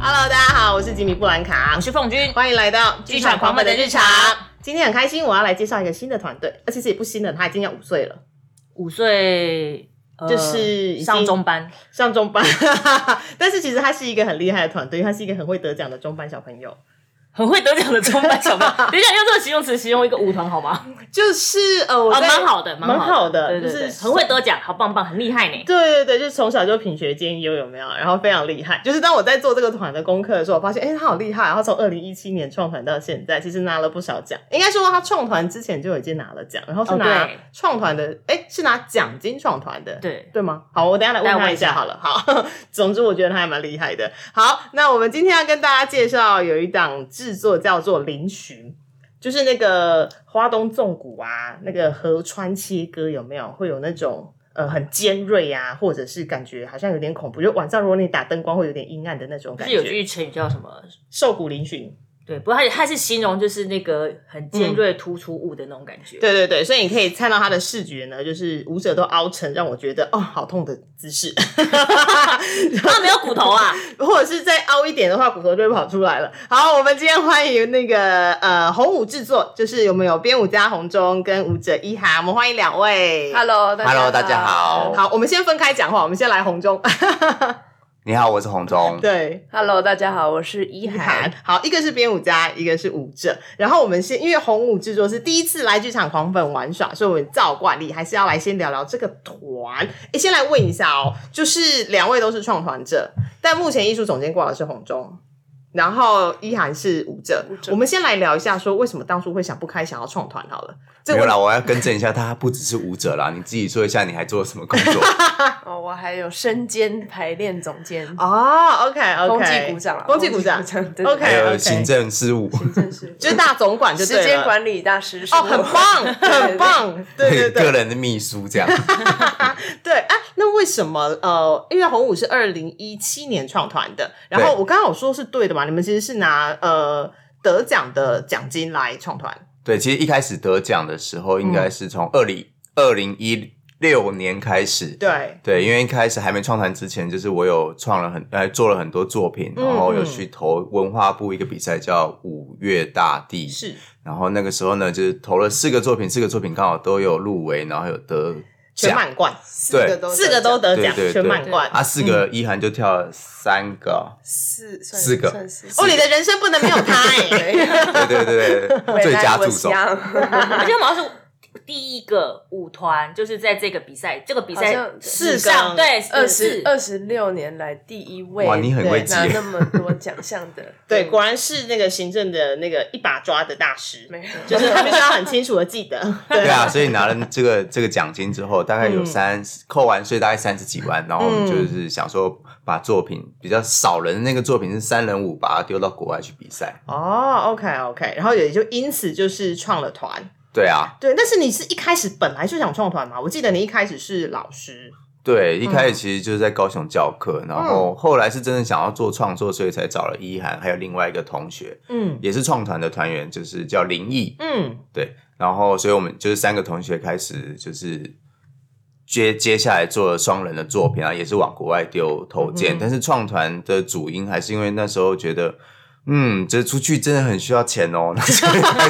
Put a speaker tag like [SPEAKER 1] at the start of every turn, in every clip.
[SPEAKER 1] Hello，大家好，我是吉米布兰卡，
[SPEAKER 2] 我是凤君，
[SPEAKER 1] 欢迎来到
[SPEAKER 2] 剧场狂粉的日常。
[SPEAKER 1] 今天很开心，我要来介绍一个新的团队，呃，其实也不新了，他已经要五岁了，
[SPEAKER 2] 五岁，呃
[SPEAKER 1] 就是已经
[SPEAKER 2] 上中班，
[SPEAKER 1] 上中班。 但是其实他是一个很厉害的团队，因为他是一个很会得奖的中班小朋友。
[SPEAKER 2] 很会得奖的中班小朋友。 等一下用这个形容词形容一个舞团好吗？
[SPEAKER 1] 就是呃，我
[SPEAKER 2] 啊，
[SPEAKER 1] 在
[SPEAKER 2] 蛮好的，
[SPEAKER 1] 蛮
[SPEAKER 2] 好
[SPEAKER 1] 好的，
[SPEAKER 2] 对
[SPEAKER 1] 就
[SPEAKER 2] 对
[SPEAKER 1] 是
[SPEAKER 2] 对，很会得奖，好棒棒，很厉害呢。
[SPEAKER 1] 对对对，就是从小就品学兼优，有没有？然后非常厉害。就是当我在做这个团的功课的时候，我发现，哎，他好厉害。然后从二零一七年创团到现在，其实拿了不少奖。应该说他创团之前就已经拿了奖，然后是
[SPEAKER 2] 哦
[SPEAKER 1] 拿
[SPEAKER 2] 对
[SPEAKER 1] 创团的，哎、是拿奖金创团的，
[SPEAKER 2] 对，
[SPEAKER 1] 对吗？好，我等一下来问
[SPEAKER 2] 来
[SPEAKER 1] 他
[SPEAKER 2] 问
[SPEAKER 1] 一
[SPEAKER 2] 一下
[SPEAKER 1] 下好了。好， 总之我觉得他还蛮厉害的。好，那我们今天要跟大家介绍有一档制作叫做《林巡》，就是那个花东纵谷啊，那个河川切割有没有会有那种呃很尖锐啊，或者是感觉好像有点恐怖，就晚上如果你打灯光会有点阴暗的那种
[SPEAKER 2] 就
[SPEAKER 1] 感
[SPEAKER 2] 是有
[SPEAKER 1] 觉。
[SPEAKER 2] 句成语叫什么？
[SPEAKER 1] 瘦骨嶙峋，
[SPEAKER 2] 对，不过它它是形容就是那个很尖锐
[SPEAKER 1] 嗯
[SPEAKER 2] 突出物的那种感觉。
[SPEAKER 1] 对对对，所以你可以看到他的视觉呢，就是舞者都凹成让我觉得哦好痛的姿势。
[SPEAKER 2] 它没有骨头啊，
[SPEAKER 1] 或者是再凹一点的话，骨头就会跑出来了。好，我们今天欢迎那个呃红舞制作，就是我们有编舞家红中跟舞者一涵，我们欢迎两位。
[SPEAKER 3] Hello，大
[SPEAKER 4] Hello，大家。好，
[SPEAKER 1] 好，我们先分开讲话，我们先来红中。
[SPEAKER 4] 你好，我是洪忠。
[SPEAKER 1] 对，
[SPEAKER 3] Hello，大家好，我是一
[SPEAKER 1] 一
[SPEAKER 3] 涵
[SPEAKER 1] 涵。。好，一个是编舞家，一个是舞者。然后我们先，因为红舞制作是第一次来剧场狂粉玩耍，所以我们照惯例还是要来先聊聊这个团。诶，先来问一下哦，就是两位都是创团者，但目前艺术总监挂的是红中。然后一涵是舞者，
[SPEAKER 3] 舞者
[SPEAKER 1] 我们先来聊一下，说为什么当初会想不开想要创团好了。这
[SPEAKER 4] 没
[SPEAKER 1] 个问
[SPEAKER 4] 有啦，
[SPEAKER 1] 题
[SPEAKER 4] 我要更正一下，他不只是舞者啦， 你自己说一下你还做了什么工 作？
[SPEAKER 3] 哦，我还有身兼排练总监，
[SPEAKER 1] 哦，OK OK，
[SPEAKER 3] 风纪鼓掌
[SPEAKER 2] 啊
[SPEAKER 3] 啦，
[SPEAKER 1] 风纪鼓掌
[SPEAKER 3] 风纪对
[SPEAKER 1] OK
[SPEAKER 4] 还有
[SPEAKER 1] OK
[SPEAKER 4] 行政事务，
[SPEAKER 3] 对真是
[SPEAKER 1] 就是大总管就对了
[SPEAKER 3] 时间管理大师是
[SPEAKER 1] 哦，
[SPEAKER 3] 我
[SPEAKER 1] 很 棒，很。棒，对对对，
[SPEAKER 4] 个人的秘书这样。
[SPEAKER 1] 对，哎、那为什么呃，因为红舞是二零一七年创团的，然后
[SPEAKER 4] 对
[SPEAKER 1] 我刚刚有说是对的嘛？你们其实是拿呃得奖的奖金来创团，
[SPEAKER 4] 对，其实一开始得奖的时候，应该是从二零二零一六年开始。
[SPEAKER 1] 嗯对，
[SPEAKER 4] 对，因为一开始还没创团之前，就是我有创了很呃做了很多作品，
[SPEAKER 1] 嗯
[SPEAKER 4] 然后有
[SPEAKER 1] 嗯
[SPEAKER 4] 去投文化部一个比赛叫五月大地，
[SPEAKER 1] 是
[SPEAKER 4] 然后那个时候呢，就是投了四个作品，四个作品刚好都有入围，然后有得
[SPEAKER 1] 全
[SPEAKER 4] 奖。
[SPEAKER 1] 满贯，
[SPEAKER 3] 四个
[SPEAKER 4] 对
[SPEAKER 3] 都
[SPEAKER 1] 四个都得奖，
[SPEAKER 4] 对对
[SPEAKER 1] 全
[SPEAKER 4] 对
[SPEAKER 1] 满贯。
[SPEAKER 4] 啊，四个
[SPEAKER 1] 嗯
[SPEAKER 4] 一涵就跳了三个，
[SPEAKER 3] 四算
[SPEAKER 4] 四个
[SPEAKER 3] 算是
[SPEAKER 1] 哦，你的人生不能没有他 哎、
[SPEAKER 4] 对对对 对，最佳助手。
[SPEAKER 2] 而且我们好像是第一个舞团，就是在这个比赛，这个比
[SPEAKER 3] 好
[SPEAKER 2] 赛
[SPEAKER 3] 像
[SPEAKER 1] 是
[SPEAKER 2] 上
[SPEAKER 1] 的
[SPEAKER 2] 对
[SPEAKER 3] 二
[SPEAKER 2] 呃是
[SPEAKER 3] 十二十六年来第一位，
[SPEAKER 4] 哇，你很会记
[SPEAKER 3] 拿，那么多奖项的，
[SPEAKER 1] 对，果然是那个行政的那个一把抓的大师，
[SPEAKER 3] 没有，
[SPEAKER 1] 就是他必须要很清楚的记 得。对
[SPEAKER 4] 对啊，所以拿了这个这个奖金之后，大概有
[SPEAKER 1] 嗯
[SPEAKER 4] 三扣完税大概三十几万，然后我们就是想说把作品比较少人的那个作品是三人舞，把它丢到国外去比赛。
[SPEAKER 1] 哦，OK OK，然后也就因此就是创了团。
[SPEAKER 4] 对啊，
[SPEAKER 1] 对，但是你是一开始本来就想创团嘛？我记得你一开始是老师，
[SPEAKER 4] 对，一
[SPEAKER 1] 嗯
[SPEAKER 4] 开始其实就是在高雄教课，然后后来是真的想要做创作，所以才找了一涵，还有另外一个同学，
[SPEAKER 1] 嗯
[SPEAKER 4] 也是创团的团员，就是叫林毅。
[SPEAKER 1] 嗯，
[SPEAKER 4] 然后，所以我们就是三个同学开始就是接接下来做了双人的作品啊，也是往国外丢投件。
[SPEAKER 1] 嗯
[SPEAKER 4] 但是创团的主因还是因为那时候觉得，嗯，这出去真的很需要钱哦，那所以开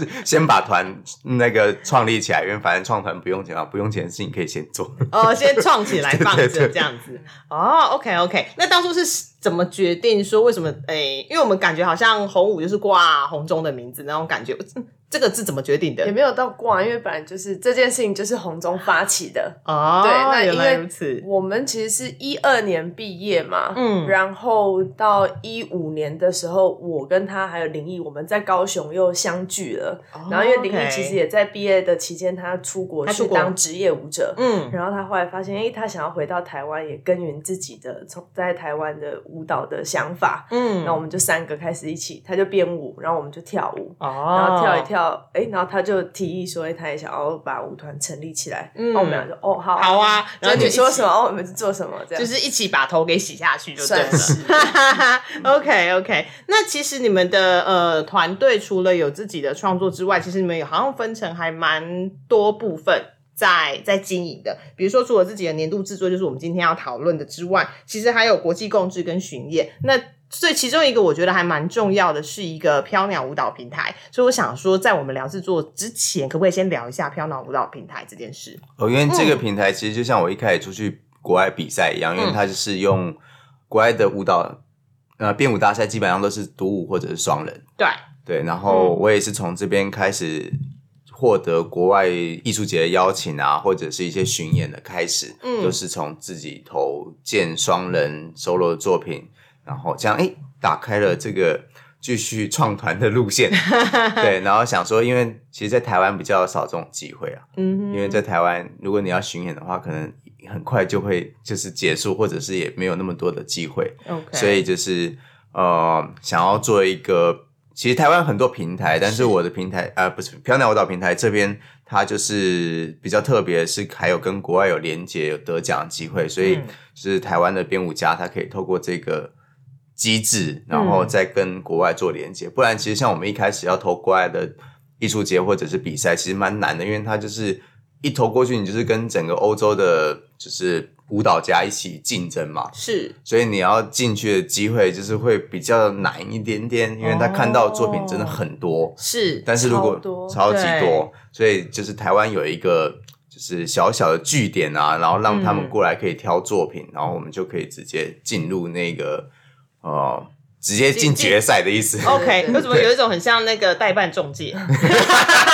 [SPEAKER 4] 始 先把团那个创立起来，因为反正创团不用钱啊，不用钱的事情可以先做。
[SPEAKER 1] 哦，先创起来放
[SPEAKER 4] 对对
[SPEAKER 1] 着
[SPEAKER 4] 对
[SPEAKER 1] 这样子。哦，OK OK，那当初是怎么决定说为什么？诶、因为我们感觉好像红舞就是挂红中的名字那种感觉， 嗯这个字怎么决定
[SPEAKER 3] 也
[SPEAKER 1] 的？
[SPEAKER 3] 没有到挂，因为本来就是这件事情就是红中发起的，
[SPEAKER 1] 哦，
[SPEAKER 3] 对那
[SPEAKER 1] 原来
[SPEAKER 3] 因为
[SPEAKER 1] 如此。
[SPEAKER 3] 我们其实是一二年毕业嘛，
[SPEAKER 1] 嗯
[SPEAKER 3] 然后到一五年的时候，我跟他还有林毅，我们在高雄又相聚了。然后因为林毅其实也在毕业的期间，他出国
[SPEAKER 1] 哦他出
[SPEAKER 3] 去
[SPEAKER 1] 国
[SPEAKER 3] 当职业舞者。
[SPEAKER 1] 嗯
[SPEAKER 3] 然后他后来发现，哎，他想要回到台湾，也耕耘自己的从在台湾的舞舞蹈的想法。
[SPEAKER 1] 嗯
[SPEAKER 3] 那、我们就三个开始一起，他就编舞，然后我们就跳舞，
[SPEAKER 1] 哦，
[SPEAKER 3] 然后跳一，跳，哎、然后他就提议说，诶他也想要把舞团成立起来。
[SPEAKER 1] 嗯
[SPEAKER 3] 然后我们俩就哦好，
[SPEAKER 1] 好啊，然后
[SPEAKER 3] 然后
[SPEAKER 1] 就
[SPEAKER 3] 你说什
[SPEAKER 1] 么？
[SPEAKER 3] 么，哦我们就做什么这
[SPEAKER 1] 就
[SPEAKER 3] 样。
[SPEAKER 1] 是一起把头给洗下去就对了
[SPEAKER 3] 算。是
[SPEAKER 1] OK OK，那其实你们的呃团队除了有自己的创作之外，其实你们有好像分成还蛮多部分在在经营的。比如说，除了自己的年度制作，就是我们今天要讨论的之外，其实还有国际共治跟巡演。那所以其中一个我觉得还蛮重要的是一个飘鸟舞蹈平台，所以我想说，在我们聊制作之前，可不可以先聊一下飘鸟舞蹈平台这件事？
[SPEAKER 4] 哦，因为这个平台其实就像我一开始出去国外比赛一样，因为它就是用国外的舞蹈，呃，编舞大赛基本上都是独舞或者是双人，
[SPEAKER 1] 对，
[SPEAKER 4] 对。然后
[SPEAKER 1] 嗯
[SPEAKER 4] 我也是从这边开始获得国外艺术节的邀请啊，或者是一些巡演的开始，
[SPEAKER 1] 嗯
[SPEAKER 4] 都是从自己投建双人 solo 的作品，然后这样哎，诶打开了这个。继续创团的路 线，对，然后想说，因为其实，在台湾比较少这种机会啊，
[SPEAKER 1] 嗯哼，
[SPEAKER 4] 因为在台湾，如果你要巡演的话，可能很快就会就是结束，或者是也没有那么多的机会，
[SPEAKER 1] OK，
[SPEAKER 4] 所以就是呃，想要做一个。其实台湾很多平台，但是我的平台呃不是飘鸟舞蹈平台这边，它就是比较特别，是还有跟国外有连接、有得奖的机会，所以
[SPEAKER 1] 嗯
[SPEAKER 4] 就是台湾的编舞家，他可以透过这个机制，然
[SPEAKER 1] 嗯
[SPEAKER 4] 后再跟国外做连接。不然，其实像我们一开始要投国外的艺术节或者是比赛，其实蛮难的，因为它就是一投过去，你就是跟整个欧洲的，就是舞蹈家一起竞争嘛，
[SPEAKER 1] 是
[SPEAKER 4] 所以你要进去的机会就是会比较难一点点，因为他看到的作品真的很多。
[SPEAKER 1] 是，
[SPEAKER 4] 但是如果
[SPEAKER 3] 哦超
[SPEAKER 4] 超
[SPEAKER 3] 多
[SPEAKER 4] 级
[SPEAKER 1] 对
[SPEAKER 4] 多，所以就是台湾有一个就是小小的据点啊，然后让他们
[SPEAKER 1] 嗯
[SPEAKER 4] 过来可以挑作品，然后我们就可以直接进入那个呃，直接
[SPEAKER 1] 进
[SPEAKER 4] 进决赛的意思。
[SPEAKER 1] OK，
[SPEAKER 3] 对
[SPEAKER 1] 为什么有一种很像那个代办中介？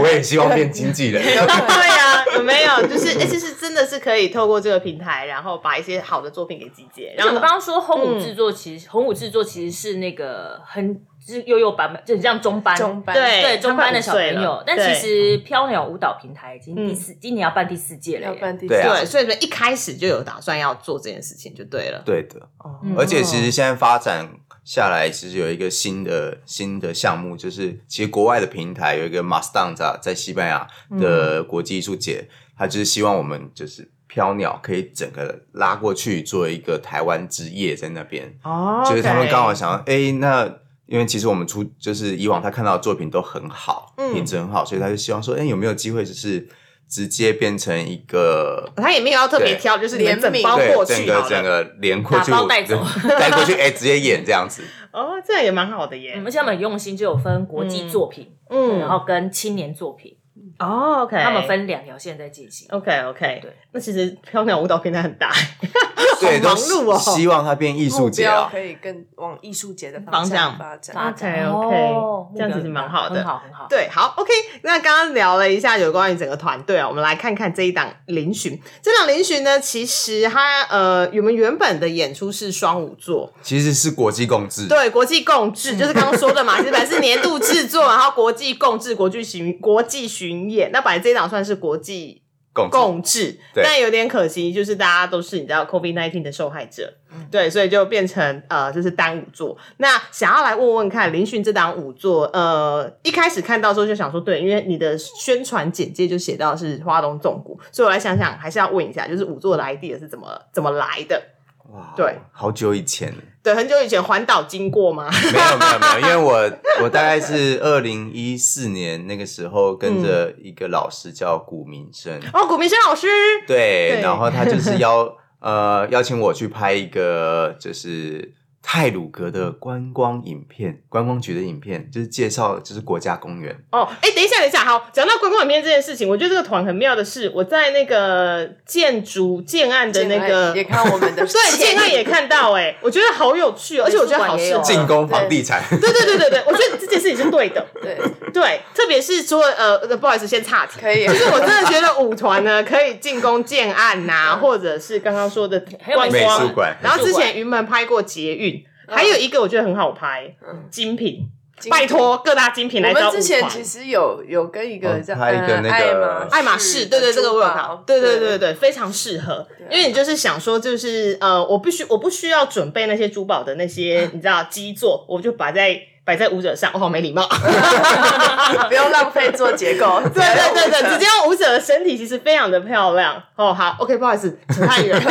[SPEAKER 4] 我也希望变经纪 人。
[SPEAKER 1] 对呀、有没有？就是，哎、其实真的是可以透过这个平台，然后把一些好的作品给集结，
[SPEAKER 2] 然
[SPEAKER 1] 然
[SPEAKER 2] 后你
[SPEAKER 1] 后
[SPEAKER 2] 刚刚说红舞制作，其实红舞制作其实是那个很就是幼幼版本，就很像中班。
[SPEAKER 3] 中班
[SPEAKER 1] 对
[SPEAKER 2] 对中班的小朋
[SPEAKER 1] 他快五岁了
[SPEAKER 2] 友，但其
[SPEAKER 1] 对
[SPEAKER 2] 实飘鸟舞蹈平台已经第四，今年要办第四届
[SPEAKER 3] 要
[SPEAKER 2] 了耶。
[SPEAKER 3] 办第
[SPEAKER 4] 对啊
[SPEAKER 1] 对，所以说一开始就有打算要做这件事情就对了。
[SPEAKER 4] 对的，
[SPEAKER 1] 哦
[SPEAKER 2] 嗯
[SPEAKER 4] 而且其实现在发展下来，其实有一个新的新的项目，就是其实国外的平台有一个 Mastanza 在西班牙的
[SPEAKER 1] 嗯
[SPEAKER 4] 国际艺术节，它就是希望我们就是飘鸟可以整个拉过去做一个台湾之夜在那边。
[SPEAKER 1] 哦
[SPEAKER 4] 啊就是他们
[SPEAKER 1] OK
[SPEAKER 4] 刚好想要，哎、那因为其实我们出就是以往他看到的作品都很好，
[SPEAKER 1] 嗯
[SPEAKER 4] 品质很好，所以他就希望说，哎、有没有机会就是直接变成一个。
[SPEAKER 1] 他也没有要特别挑，就是你们整包
[SPEAKER 4] 对
[SPEAKER 1] 过，
[SPEAKER 4] 整
[SPEAKER 1] 去
[SPEAKER 4] 个
[SPEAKER 1] 好
[SPEAKER 4] 整
[SPEAKER 1] 了。
[SPEAKER 4] 个连过去，
[SPEAKER 2] 打包带走
[SPEAKER 4] 带过去，哎、直接演这样子，
[SPEAKER 1] 哦，这样也蛮好的耶
[SPEAKER 2] 嗯。而且他们很用心，就有分国际作品，
[SPEAKER 1] 嗯
[SPEAKER 2] 然后跟青年作品，
[SPEAKER 1] 哦，OK，
[SPEAKER 2] 他们分两条线在进行。
[SPEAKER 1] OK OK，
[SPEAKER 2] 对，
[SPEAKER 1] 那其实飘鸟舞蹈平台很大，
[SPEAKER 4] 对，都
[SPEAKER 1] 忙碌哦
[SPEAKER 4] 希望它变艺术
[SPEAKER 3] 目
[SPEAKER 4] 节
[SPEAKER 3] 标
[SPEAKER 4] 啊，
[SPEAKER 3] 可以更往艺术节的
[SPEAKER 1] 方
[SPEAKER 3] 方
[SPEAKER 1] 向
[SPEAKER 3] 向发
[SPEAKER 2] 发
[SPEAKER 3] 展。
[SPEAKER 2] 展
[SPEAKER 1] OK，OK，
[SPEAKER 2] 哦
[SPEAKER 1] 这样其实蛮好的
[SPEAKER 2] 很好很好。
[SPEAKER 1] 对，好，OK。那刚刚聊了一下有关于整个团队啊，我们来看看这一档遴巡。这档遴巡呢，其实它呃，我们原本的演出是双舞座，
[SPEAKER 4] 其实是国际共治，
[SPEAKER 1] 对，国际共制就是刚刚说的嘛，其实本来是年度制作，然后国际共制、国际巡、国际巡演。那本来这一档算是国际
[SPEAKER 4] 共治
[SPEAKER 1] 共治，
[SPEAKER 4] 对
[SPEAKER 1] 但有点可惜，就是大家都是你知道 COVID nineteen 的受害者，对，所以就变成呃，就是单舞座。那想要来问问看，林训这档舞座，呃，一开始看到之后就想说，对，因为你的宣传简介就写到是花东纵谷，所以我来想想，还是要问一下，就是舞座的 idea 是怎么怎么来的？
[SPEAKER 4] 哇
[SPEAKER 1] 对，
[SPEAKER 4] 好久以前，
[SPEAKER 1] 对，很久以前环岛经过吗？
[SPEAKER 4] 没有没有没有，因为我 我大概是二零一四年那个时候跟着一个老师叫古明生，
[SPEAKER 1] 哦，古明轩老师，
[SPEAKER 4] 对，
[SPEAKER 1] 对
[SPEAKER 4] 然后他就是邀 呃邀请我去拍一个就是泰鲁格的观光影片，观光局的影片，就是介绍就是国家公园。
[SPEAKER 1] 哦，哎、等一下，等一下，好，讲到观光影片这件事情，我觉得这个团很妙的是，我在那个建筑建案的那个
[SPEAKER 3] 也看我们 的
[SPEAKER 1] 对，
[SPEAKER 3] 建
[SPEAKER 1] 建
[SPEAKER 3] 议
[SPEAKER 1] 案也看到哎、我觉得好有趣、哦，而且我觉得好适合
[SPEAKER 4] 进攻房地产，
[SPEAKER 1] 对对对对对，我觉得这件事情是对的，
[SPEAKER 3] 对，
[SPEAKER 1] 对，特别是说呃，不好意思，先岔题。
[SPEAKER 3] 可以。
[SPEAKER 1] 就是我真的觉得舞团呢，可以进攻建案呐、或者是刚刚说的
[SPEAKER 2] 还有
[SPEAKER 1] 观
[SPEAKER 4] 美术
[SPEAKER 1] 光，
[SPEAKER 4] 馆，
[SPEAKER 1] 然后之前云门拍过捷运，还有一个我觉得很好拍，精品。
[SPEAKER 3] 嗯精品
[SPEAKER 1] 拜托各大精品来
[SPEAKER 3] 我
[SPEAKER 1] 找
[SPEAKER 3] 们
[SPEAKER 1] 五
[SPEAKER 3] 之前
[SPEAKER 1] 款。
[SPEAKER 3] 其实有有跟一个
[SPEAKER 4] 哦
[SPEAKER 3] 叫
[SPEAKER 4] 拍一个
[SPEAKER 3] 呃
[SPEAKER 4] 那个
[SPEAKER 3] 爱马
[SPEAKER 1] 爱马仕，对对，这个我有看，对对对对，对，啊非常适合，因为你就是想说，就是呃，我必须我不需要准备那些珠宝的那些，你知道基座，我就摆在摆在舞者上，我好没礼貌。
[SPEAKER 3] 不用浪费做结构。对
[SPEAKER 1] 对对对对，直接用舞者的身体其实非常的漂亮哦。好，OK，不好意思，扯太 远了。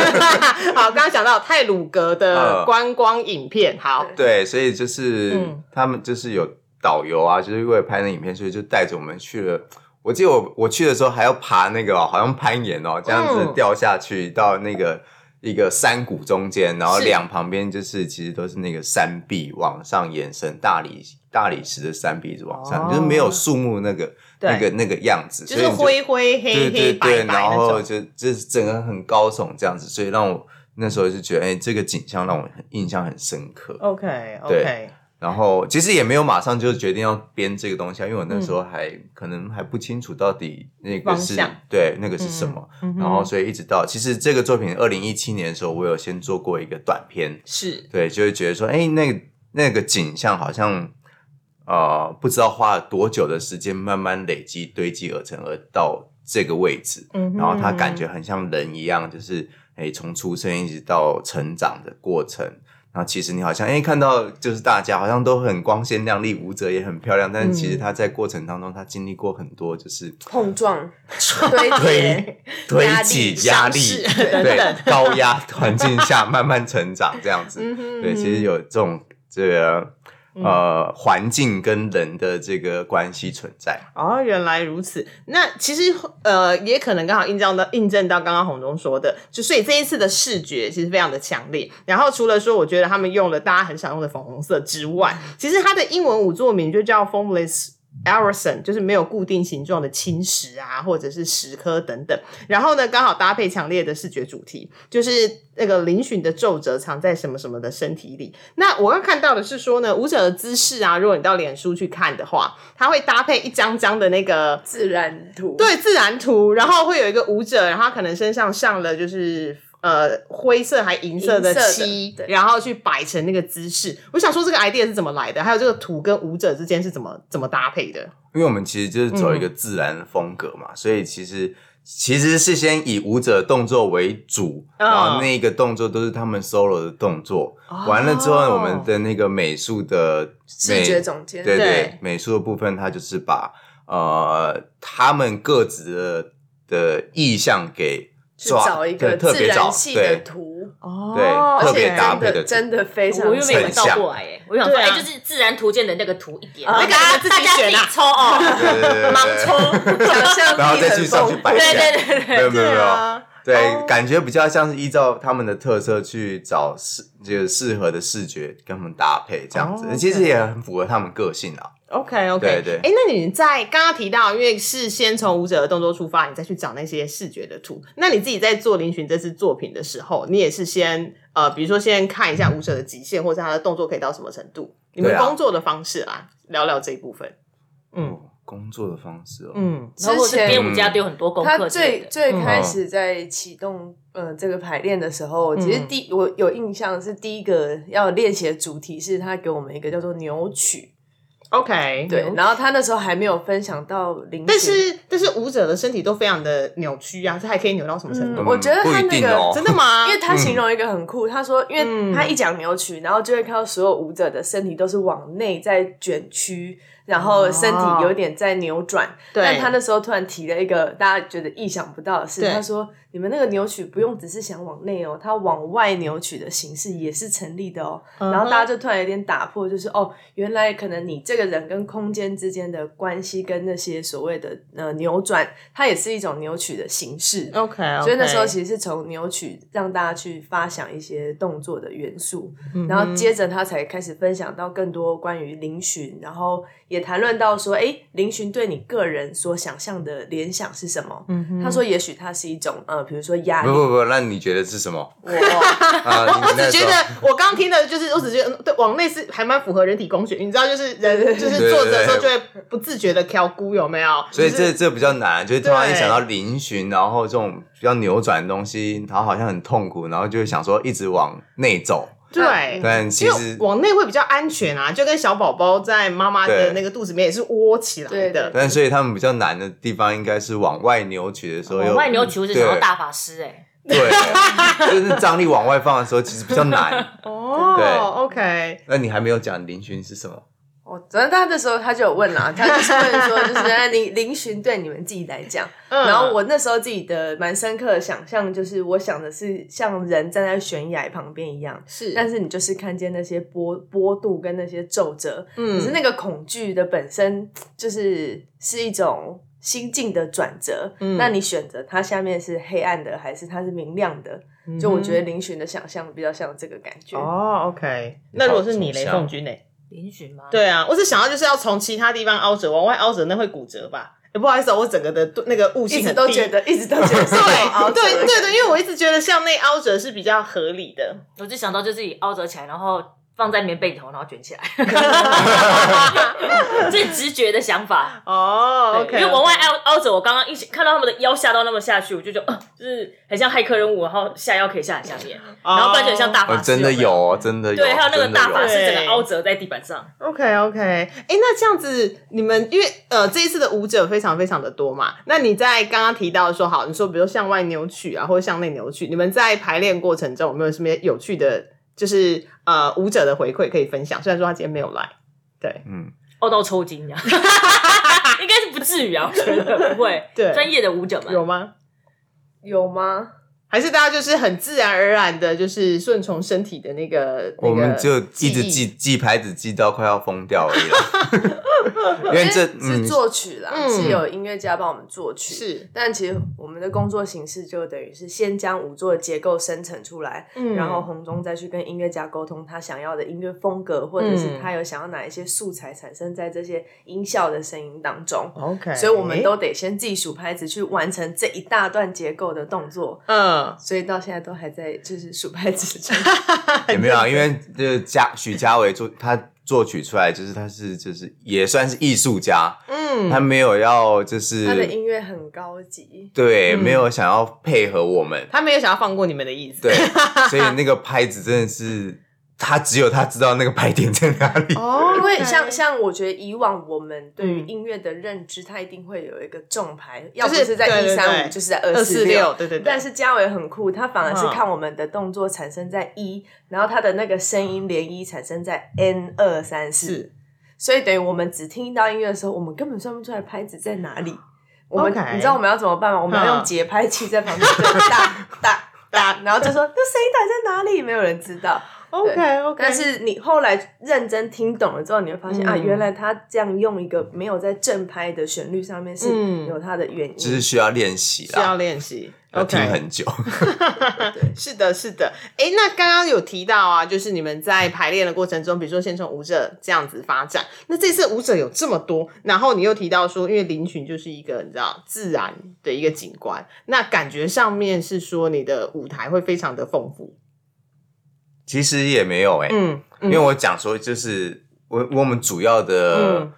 [SPEAKER 1] 好，刚刚讲到泰鲁格的
[SPEAKER 4] 呃
[SPEAKER 1] 观光影片，好，
[SPEAKER 4] 对，所以就是、
[SPEAKER 1] 嗯
[SPEAKER 4] 他们就是有导游啊，就是为了拍那影片，所以就带着我们去了。我记得我我去的时候还要爬那个、哦，好像攀岩哦，这样子
[SPEAKER 1] 嗯
[SPEAKER 4] 掉下去、到那个一个山谷中间，然后
[SPEAKER 1] 是
[SPEAKER 4] 两旁边就是其实都是那个山壁往上延伸，大理大理石的山壁往上，
[SPEAKER 1] 哦
[SPEAKER 4] 就是没有树木那个
[SPEAKER 1] 对
[SPEAKER 4] 那个那个样子，
[SPEAKER 1] 就
[SPEAKER 4] 所
[SPEAKER 1] 是
[SPEAKER 4] 以你
[SPEAKER 1] 灰灰黑
[SPEAKER 4] 对
[SPEAKER 1] 黑
[SPEAKER 4] 对
[SPEAKER 1] 白
[SPEAKER 4] 对，
[SPEAKER 1] 白
[SPEAKER 4] 然
[SPEAKER 1] 那
[SPEAKER 4] 后
[SPEAKER 1] 种。
[SPEAKER 4] 就就是整个很高耸这样子，所以让我那时候就觉得，哎、这个景象让我很印象很深刻。
[SPEAKER 1] OK
[SPEAKER 4] 对
[SPEAKER 1] OK，
[SPEAKER 4] 然后其实也没有马上就决定要编这个东西啊，因为我那时候还、可能还不清楚到底那个
[SPEAKER 1] 嗯方
[SPEAKER 4] 是
[SPEAKER 1] 向
[SPEAKER 4] 对那个是什么，
[SPEAKER 1] 嗯
[SPEAKER 4] 然后所以一直到其实这个作品二零一七年的时候，我有先做过一个短片，
[SPEAKER 1] 是
[SPEAKER 4] 对，就会觉得说，哎，那个那个景象好像呃不知道花了多久的时间，慢慢累积堆积而成，而到这个位置，
[SPEAKER 1] 嗯哼
[SPEAKER 4] 然后它感觉很像人一样，就是哎，从出生一直到成长的过程。然后其实你好像哎，看到就是大家好像都很光鲜亮丽，舞者也很漂亮，但是
[SPEAKER 1] 嗯
[SPEAKER 4] 其实他在过程当中，他经历过很多就是
[SPEAKER 3] 碰撞、堆叠，
[SPEAKER 4] 推推
[SPEAKER 3] 压力
[SPEAKER 4] 挤压力
[SPEAKER 1] 上，市等
[SPEAKER 4] 对
[SPEAKER 1] 等嗯
[SPEAKER 4] 高压环境下慢慢成长这样子。对，其实有这种这个呃环境跟人的这个关系存在。
[SPEAKER 1] 哦，原来如此。那其实呃，也可能刚好印证到印证到刚刚红中说的，就所以这一次的视觉其实非常的强烈。然后除了说，我觉得他们用了大家很想用的粉红色之外，其实它的英文舞作名就叫 Formless。Arison 就是没有固定形状的侵蚀啊，或者是石刻等等。然后呢，刚好搭配强烈的视觉主题，就是那个嶙峋的皱褶藏在什么什么的身体里。那我刚看到的是说呢，舞者的姿势啊，如果你到脸书去看的话，它会搭配一张张的那个
[SPEAKER 3] 自然图。
[SPEAKER 1] 对自然图，然后会有一个舞者，然后他可能身上上了就是呃灰色还银色的
[SPEAKER 3] 银色的
[SPEAKER 1] 漆，
[SPEAKER 3] 对
[SPEAKER 1] 然后去摆成那个姿势。我想说这个 idea 是怎么来的，还有这个图跟舞者之间是怎么怎么搭配的？
[SPEAKER 4] 因为我们其实就是走一
[SPEAKER 3] 嗯
[SPEAKER 4] 个自然风格嘛，所以其实其实是先以舞者动作为主，
[SPEAKER 1] 嗯
[SPEAKER 4] 然后那个动作都是他们 solo 的动作。
[SPEAKER 3] 哦
[SPEAKER 4] 完了之后，我们的那个美术的
[SPEAKER 3] 视
[SPEAKER 4] 美
[SPEAKER 3] 觉总监
[SPEAKER 4] 对
[SPEAKER 1] 对
[SPEAKER 4] 美术的部分，它就是把呃他们各自的的意向给
[SPEAKER 3] 去
[SPEAKER 4] 抓，
[SPEAKER 3] 找一个
[SPEAKER 4] 对特
[SPEAKER 3] 自
[SPEAKER 4] 别找
[SPEAKER 3] 然系的
[SPEAKER 4] 对
[SPEAKER 3] 图，
[SPEAKER 1] 哦
[SPEAKER 4] 对特别搭
[SPEAKER 3] 真
[SPEAKER 4] 配的
[SPEAKER 3] 的
[SPEAKER 4] 图
[SPEAKER 3] 真的非常
[SPEAKER 2] 我又没有
[SPEAKER 4] 很
[SPEAKER 2] 倒
[SPEAKER 4] 像
[SPEAKER 2] 过来耶，我想说，
[SPEAKER 1] 对
[SPEAKER 2] 哎、
[SPEAKER 1] 啊
[SPEAKER 2] 就是自然图鉴的那个图一点，
[SPEAKER 3] 啊
[SPEAKER 2] 那个大家
[SPEAKER 1] 大家自己选
[SPEAKER 2] 自
[SPEAKER 1] 啊
[SPEAKER 2] 己抽哦，
[SPEAKER 4] 对对 对对 对
[SPEAKER 2] 盲抽，
[SPEAKER 3] 想象力
[SPEAKER 4] 然后再去
[SPEAKER 3] 很
[SPEAKER 4] 上去
[SPEAKER 3] 丰
[SPEAKER 4] 摆
[SPEAKER 3] 富
[SPEAKER 4] 一
[SPEAKER 2] 对
[SPEAKER 4] 下，
[SPEAKER 2] 对对对，
[SPEAKER 4] 没有没有没有。
[SPEAKER 1] 啊，
[SPEAKER 4] 对，
[SPEAKER 1] 哦
[SPEAKER 4] 感觉比较像是依照他们的特色去找适就是适合的视觉跟他们搭配这样子，
[SPEAKER 1] 哦，OK
[SPEAKER 4] 其实也很符合他们个性啊。
[SPEAKER 1] OK OK，
[SPEAKER 4] 对对
[SPEAKER 1] 哎、那你在刚刚提到，因为是先从舞者的动作出发，你再去找那些视觉的图。那你自己在做林群这次作品的时候，你也是先呃，比如说先看一下舞者的极限，或者他的动作可以到什么程度。你们
[SPEAKER 4] 对啊嗯
[SPEAKER 1] 工作的方式啊，聊聊这一部分。嗯
[SPEAKER 4] 哦，工作的方式哦，
[SPEAKER 1] 嗯，
[SPEAKER 2] 然后或者是
[SPEAKER 3] 之前
[SPEAKER 2] 编舞家都有很多功
[SPEAKER 3] 他
[SPEAKER 2] 课之类
[SPEAKER 3] 最
[SPEAKER 2] 的，
[SPEAKER 3] 最
[SPEAKER 4] 嗯
[SPEAKER 3] 开始在启动呃这个排练的时候，其
[SPEAKER 4] 嗯
[SPEAKER 3] 实第我有印象是第一个要练习的主题是他给我们一个叫做扭曲，
[SPEAKER 1] ，OK，
[SPEAKER 3] 对，然后他那时候还没有分享到零，
[SPEAKER 1] 但是但是舞者的身体都非常的扭曲啊，这还可以扭到什么程度？
[SPEAKER 3] 嗯我觉得
[SPEAKER 4] 不
[SPEAKER 3] 他
[SPEAKER 4] 一
[SPEAKER 3] 那
[SPEAKER 4] 定
[SPEAKER 3] 个
[SPEAKER 4] 哦，
[SPEAKER 1] 真的吗？
[SPEAKER 3] 因为他形容一个很酷，他说，因
[SPEAKER 2] 嗯
[SPEAKER 3] 为他一讲扭曲，然后就会看到所有舞者的身体都是往内在卷曲，然
[SPEAKER 2] 哦
[SPEAKER 3] 后身体有点在扭转。
[SPEAKER 1] 对嗯
[SPEAKER 3] 但他那时候突然提了一个大家觉得意想不到的事，
[SPEAKER 1] 对
[SPEAKER 3] 他说：“你们那个扭曲不用只是想往内哦，它往外扭曲的形式也是成立的哦。
[SPEAKER 1] 嗯
[SPEAKER 3] 然后大家就突然有点打破，就是哦，原来可能你这个人跟空间之间的关系，跟那些所谓的呃扭转，它也是一种扭曲的形式。
[SPEAKER 1] OK，,
[SPEAKER 3] 所以那时候其实是从扭曲让大家去发想一些动作的元素，然后接着他才开始分享到更多关于嶙峋，然后也谈论到说，哎，嶙峋对你个人所想象的联想是什么？他说，也许它是一种呃，比如说压力
[SPEAKER 4] 不，不不，那你觉得是 什么
[SPEAKER 3] 我
[SPEAKER 4] 啊？你
[SPEAKER 1] 我我
[SPEAKER 4] 那
[SPEAKER 1] 只
[SPEAKER 4] 时
[SPEAKER 1] 觉
[SPEAKER 4] 候
[SPEAKER 1] 得，我刚听的就是，我只觉得嗯对往内是还蛮符合人体工学，你知道，就是人就是坐着的时候就会不自觉的挑菇，有没有？
[SPEAKER 4] 所以
[SPEAKER 1] 就是
[SPEAKER 4] 这这比较难，就是突然
[SPEAKER 1] 对
[SPEAKER 4] 一想到嶙峋，然后这种比较扭转的东西，然后好像很痛苦，然后就会想说一直往内走，
[SPEAKER 1] 对，
[SPEAKER 4] 但其
[SPEAKER 1] 嗯因为
[SPEAKER 4] 实
[SPEAKER 1] 往内会比较安全啊，就跟小宝宝在妈妈的
[SPEAKER 4] 对
[SPEAKER 1] 那个肚子里面也是窝起来
[SPEAKER 3] 对对
[SPEAKER 1] 的
[SPEAKER 3] 对。
[SPEAKER 4] 但所以他们比较难的地方应该是往外扭曲的时
[SPEAKER 1] 哦
[SPEAKER 4] 候又，
[SPEAKER 2] 哦
[SPEAKER 5] 往外扭曲，我就想到
[SPEAKER 4] 对
[SPEAKER 5] 大法师哎、
[SPEAKER 4] 对， 就是张力往外放的时候其实比较难。 对
[SPEAKER 1] 哦，OK，
[SPEAKER 4] 那你还没有讲林群是什么？
[SPEAKER 3] 哦，反正他那时候他就有问啦，他就是问说，就是哎林林巡对你们自己来讲，
[SPEAKER 1] 嗯
[SPEAKER 3] 然后我那时候自己的蛮深刻的想象就是，我想的是像人站在悬崖旁边一样，
[SPEAKER 1] 是
[SPEAKER 3] 但是你就是看见那些波波度跟那些皱褶，可是
[SPEAKER 1] 嗯
[SPEAKER 3] 那个恐惧的本身就是是一种心境的转折。
[SPEAKER 1] 嗯
[SPEAKER 3] 那你选择它下面是黑暗的，还是它是明亮的？就我觉得林巡的想象比较像这个感觉。
[SPEAKER 1] 嗯哦，OK，那如果是你
[SPEAKER 4] 好
[SPEAKER 1] 雷
[SPEAKER 4] 抽象
[SPEAKER 1] 凤君呢？
[SPEAKER 5] 林允吗？，
[SPEAKER 1] 对啊，我只想要就是要从其他地方凹折，往外凹折那会骨折吧。欸、不好意思、哦，我整个的那个悟
[SPEAKER 3] 一
[SPEAKER 1] 性
[SPEAKER 3] 直
[SPEAKER 1] 很
[SPEAKER 3] 都
[SPEAKER 1] 低
[SPEAKER 3] 觉得，一直都觉 得是
[SPEAKER 1] 对对对对，因
[SPEAKER 3] 为
[SPEAKER 1] 为我一直觉得向内凹折是比较合理的。
[SPEAKER 5] 我就想到就自己凹折起来，然后放在棉被里头，然后卷 起来，最直觉的想法。
[SPEAKER 1] 哦，OK，
[SPEAKER 5] 对因为往外凹凹折，我刚刚一起看到他们的腰下到那么下去，我就觉得、呃、就是很像骇客任务，然后下腰可以下很下面，
[SPEAKER 1] 哦
[SPEAKER 5] 然后不然就很像大法
[SPEAKER 4] 呃，
[SPEAKER 5] 师、
[SPEAKER 4] 真的有，哦，真的有，
[SPEAKER 5] 对，还有那个
[SPEAKER 4] 真的
[SPEAKER 5] 大法
[SPEAKER 4] 有哦
[SPEAKER 5] 师整个凹折在地板上，
[SPEAKER 1] OK OK，哎、那这样子，你们因为呃这一次的舞者非常非常的多嘛，那你在刚刚提到说好，你说比如向外扭曲啊，或者向内扭曲，你们在排练过程中有没有什么有趣的，就是呃舞者的回馈可以分享？虽然说他今天没有来，对，
[SPEAKER 4] 嗯，
[SPEAKER 5] 凹到抽筋这样， 应该是不至于啊，我觉得不会。
[SPEAKER 1] 对
[SPEAKER 5] 专业的舞者们
[SPEAKER 1] 有吗？
[SPEAKER 3] 有吗？
[SPEAKER 1] 还是大家就是很自然而然的，就是顺从身体的那个，
[SPEAKER 4] 我
[SPEAKER 1] 那
[SPEAKER 4] 们
[SPEAKER 1] 个
[SPEAKER 4] 就一直
[SPEAKER 1] 忆
[SPEAKER 4] 记记牌子，记到快要疯掉而已了。因为这
[SPEAKER 3] 是
[SPEAKER 4] 嗯，
[SPEAKER 3] 作曲啦，
[SPEAKER 1] 嗯
[SPEAKER 3] 是有音乐家帮我们作曲。
[SPEAKER 1] 是，
[SPEAKER 3] 但其实我们的工作形式就等于是先将五座的结构生成出来，
[SPEAKER 1] 嗯
[SPEAKER 3] 然后红中再去跟音乐家沟通他想要的音乐风格，或者
[SPEAKER 1] 嗯
[SPEAKER 3] 是他有想要哪一些素材产生在这些音效的声音当中。
[SPEAKER 1] OK，
[SPEAKER 3] 所以我们都得先自己数拍子去完成这一大段结构的动作，
[SPEAKER 1] 嗯，
[SPEAKER 3] 所以到现在都还在就是数拍子中。
[SPEAKER 4] 也没有啊，因为这嘉许嘉伟作他作曲出来，就是他是就是也算是艺术家，
[SPEAKER 1] 嗯
[SPEAKER 4] 他没有要就是
[SPEAKER 3] 他的音乐很高级，
[SPEAKER 4] 对，
[SPEAKER 1] 嗯
[SPEAKER 4] 没有想要配合我们，
[SPEAKER 1] 他没有想要放过你们的意思，
[SPEAKER 4] 对，所以那个拍子真的是他只有他知道那个拍点在哪里。
[SPEAKER 1] 哦
[SPEAKER 3] 因为
[SPEAKER 1] OK
[SPEAKER 3] 像像我觉得以往我们对于
[SPEAKER 1] 嗯
[SPEAKER 3] 音乐的认知，它一定会有一个重牌，要不
[SPEAKER 1] 是
[SPEAKER 3] 是在
[SPEAKER 1] 对
[SPEAKER 3] 一
[SPEAKER 1] 对
[SPEAKER 3] 三
[SPEAKER 1] 对
[SPEAKER 3] 五，就是在
[SPEAKER 1] 二
[SPEAKER 3] 二
[SPEAKER 1] 四
[SPEAKER 3] 六
[SPEAKER 1] 六，。对对对，
[SPEAKER 3] 但是嘉伟很酷，他反而是
[SPEAKER 1] 嗯
[SPEAKER 3] 看我们的动作产生在一、然后他的那个声音连一产生在 n 二三四
[SPEAKER 1] 是，
[SPEAKER 3] 所以等于我们只听到音乐的时候，我们根本算不出来拍子在哪里。我们
[SPEAKER 1] OK
[SPEAKER 3] 你知道我们要怎么办吗？我们要用
[SPEAKER 1] 嗯
[SPEAKER 3] 节拍器在旁边对哒哒哒，然后就说这声音到底在哪里？没有人知道。
[SPEAKER 1] OK OK，
[SPEAKER 3] 但是你后来认真听懂了之后，你会发现、
[SPEAKER 1] 嗯
[SPEAKER 3] 啊，原来他这样用一个没有在正拍的旋律上面是
[SPEAKER 1] 嗯
[SPEAKER 3] 有它的原因。
[SPEAKER 4] 就是需要练习
[SPEAKER 1] 是要
[SPEAKER 4] 啦，
[SPEAKER 1] 练习
[SPEAKER 4] 要听
[SPEAKER 1] ，OK，
[SPEAKER 4] 啊很久。
[SPEAKER 1] 是的，是的。哎，那刚刚有提到啊，就是你们在排练的过程中，比如说先从舞者这样子发展，那这次舞者有这么多，然后你又提到说，因为林群就是一个你知道自然的一个景观，那感觉上面是说你的舞台会非常的丰富，
[SPEAKER 4] 其实也没有哎、
[SPEAKER 1] 嗯，嗯
[SPEAKER 4] 因为我讲说就是我我们主要
[SPEAKER 1] 嗯
[SPEAKER 4] 的、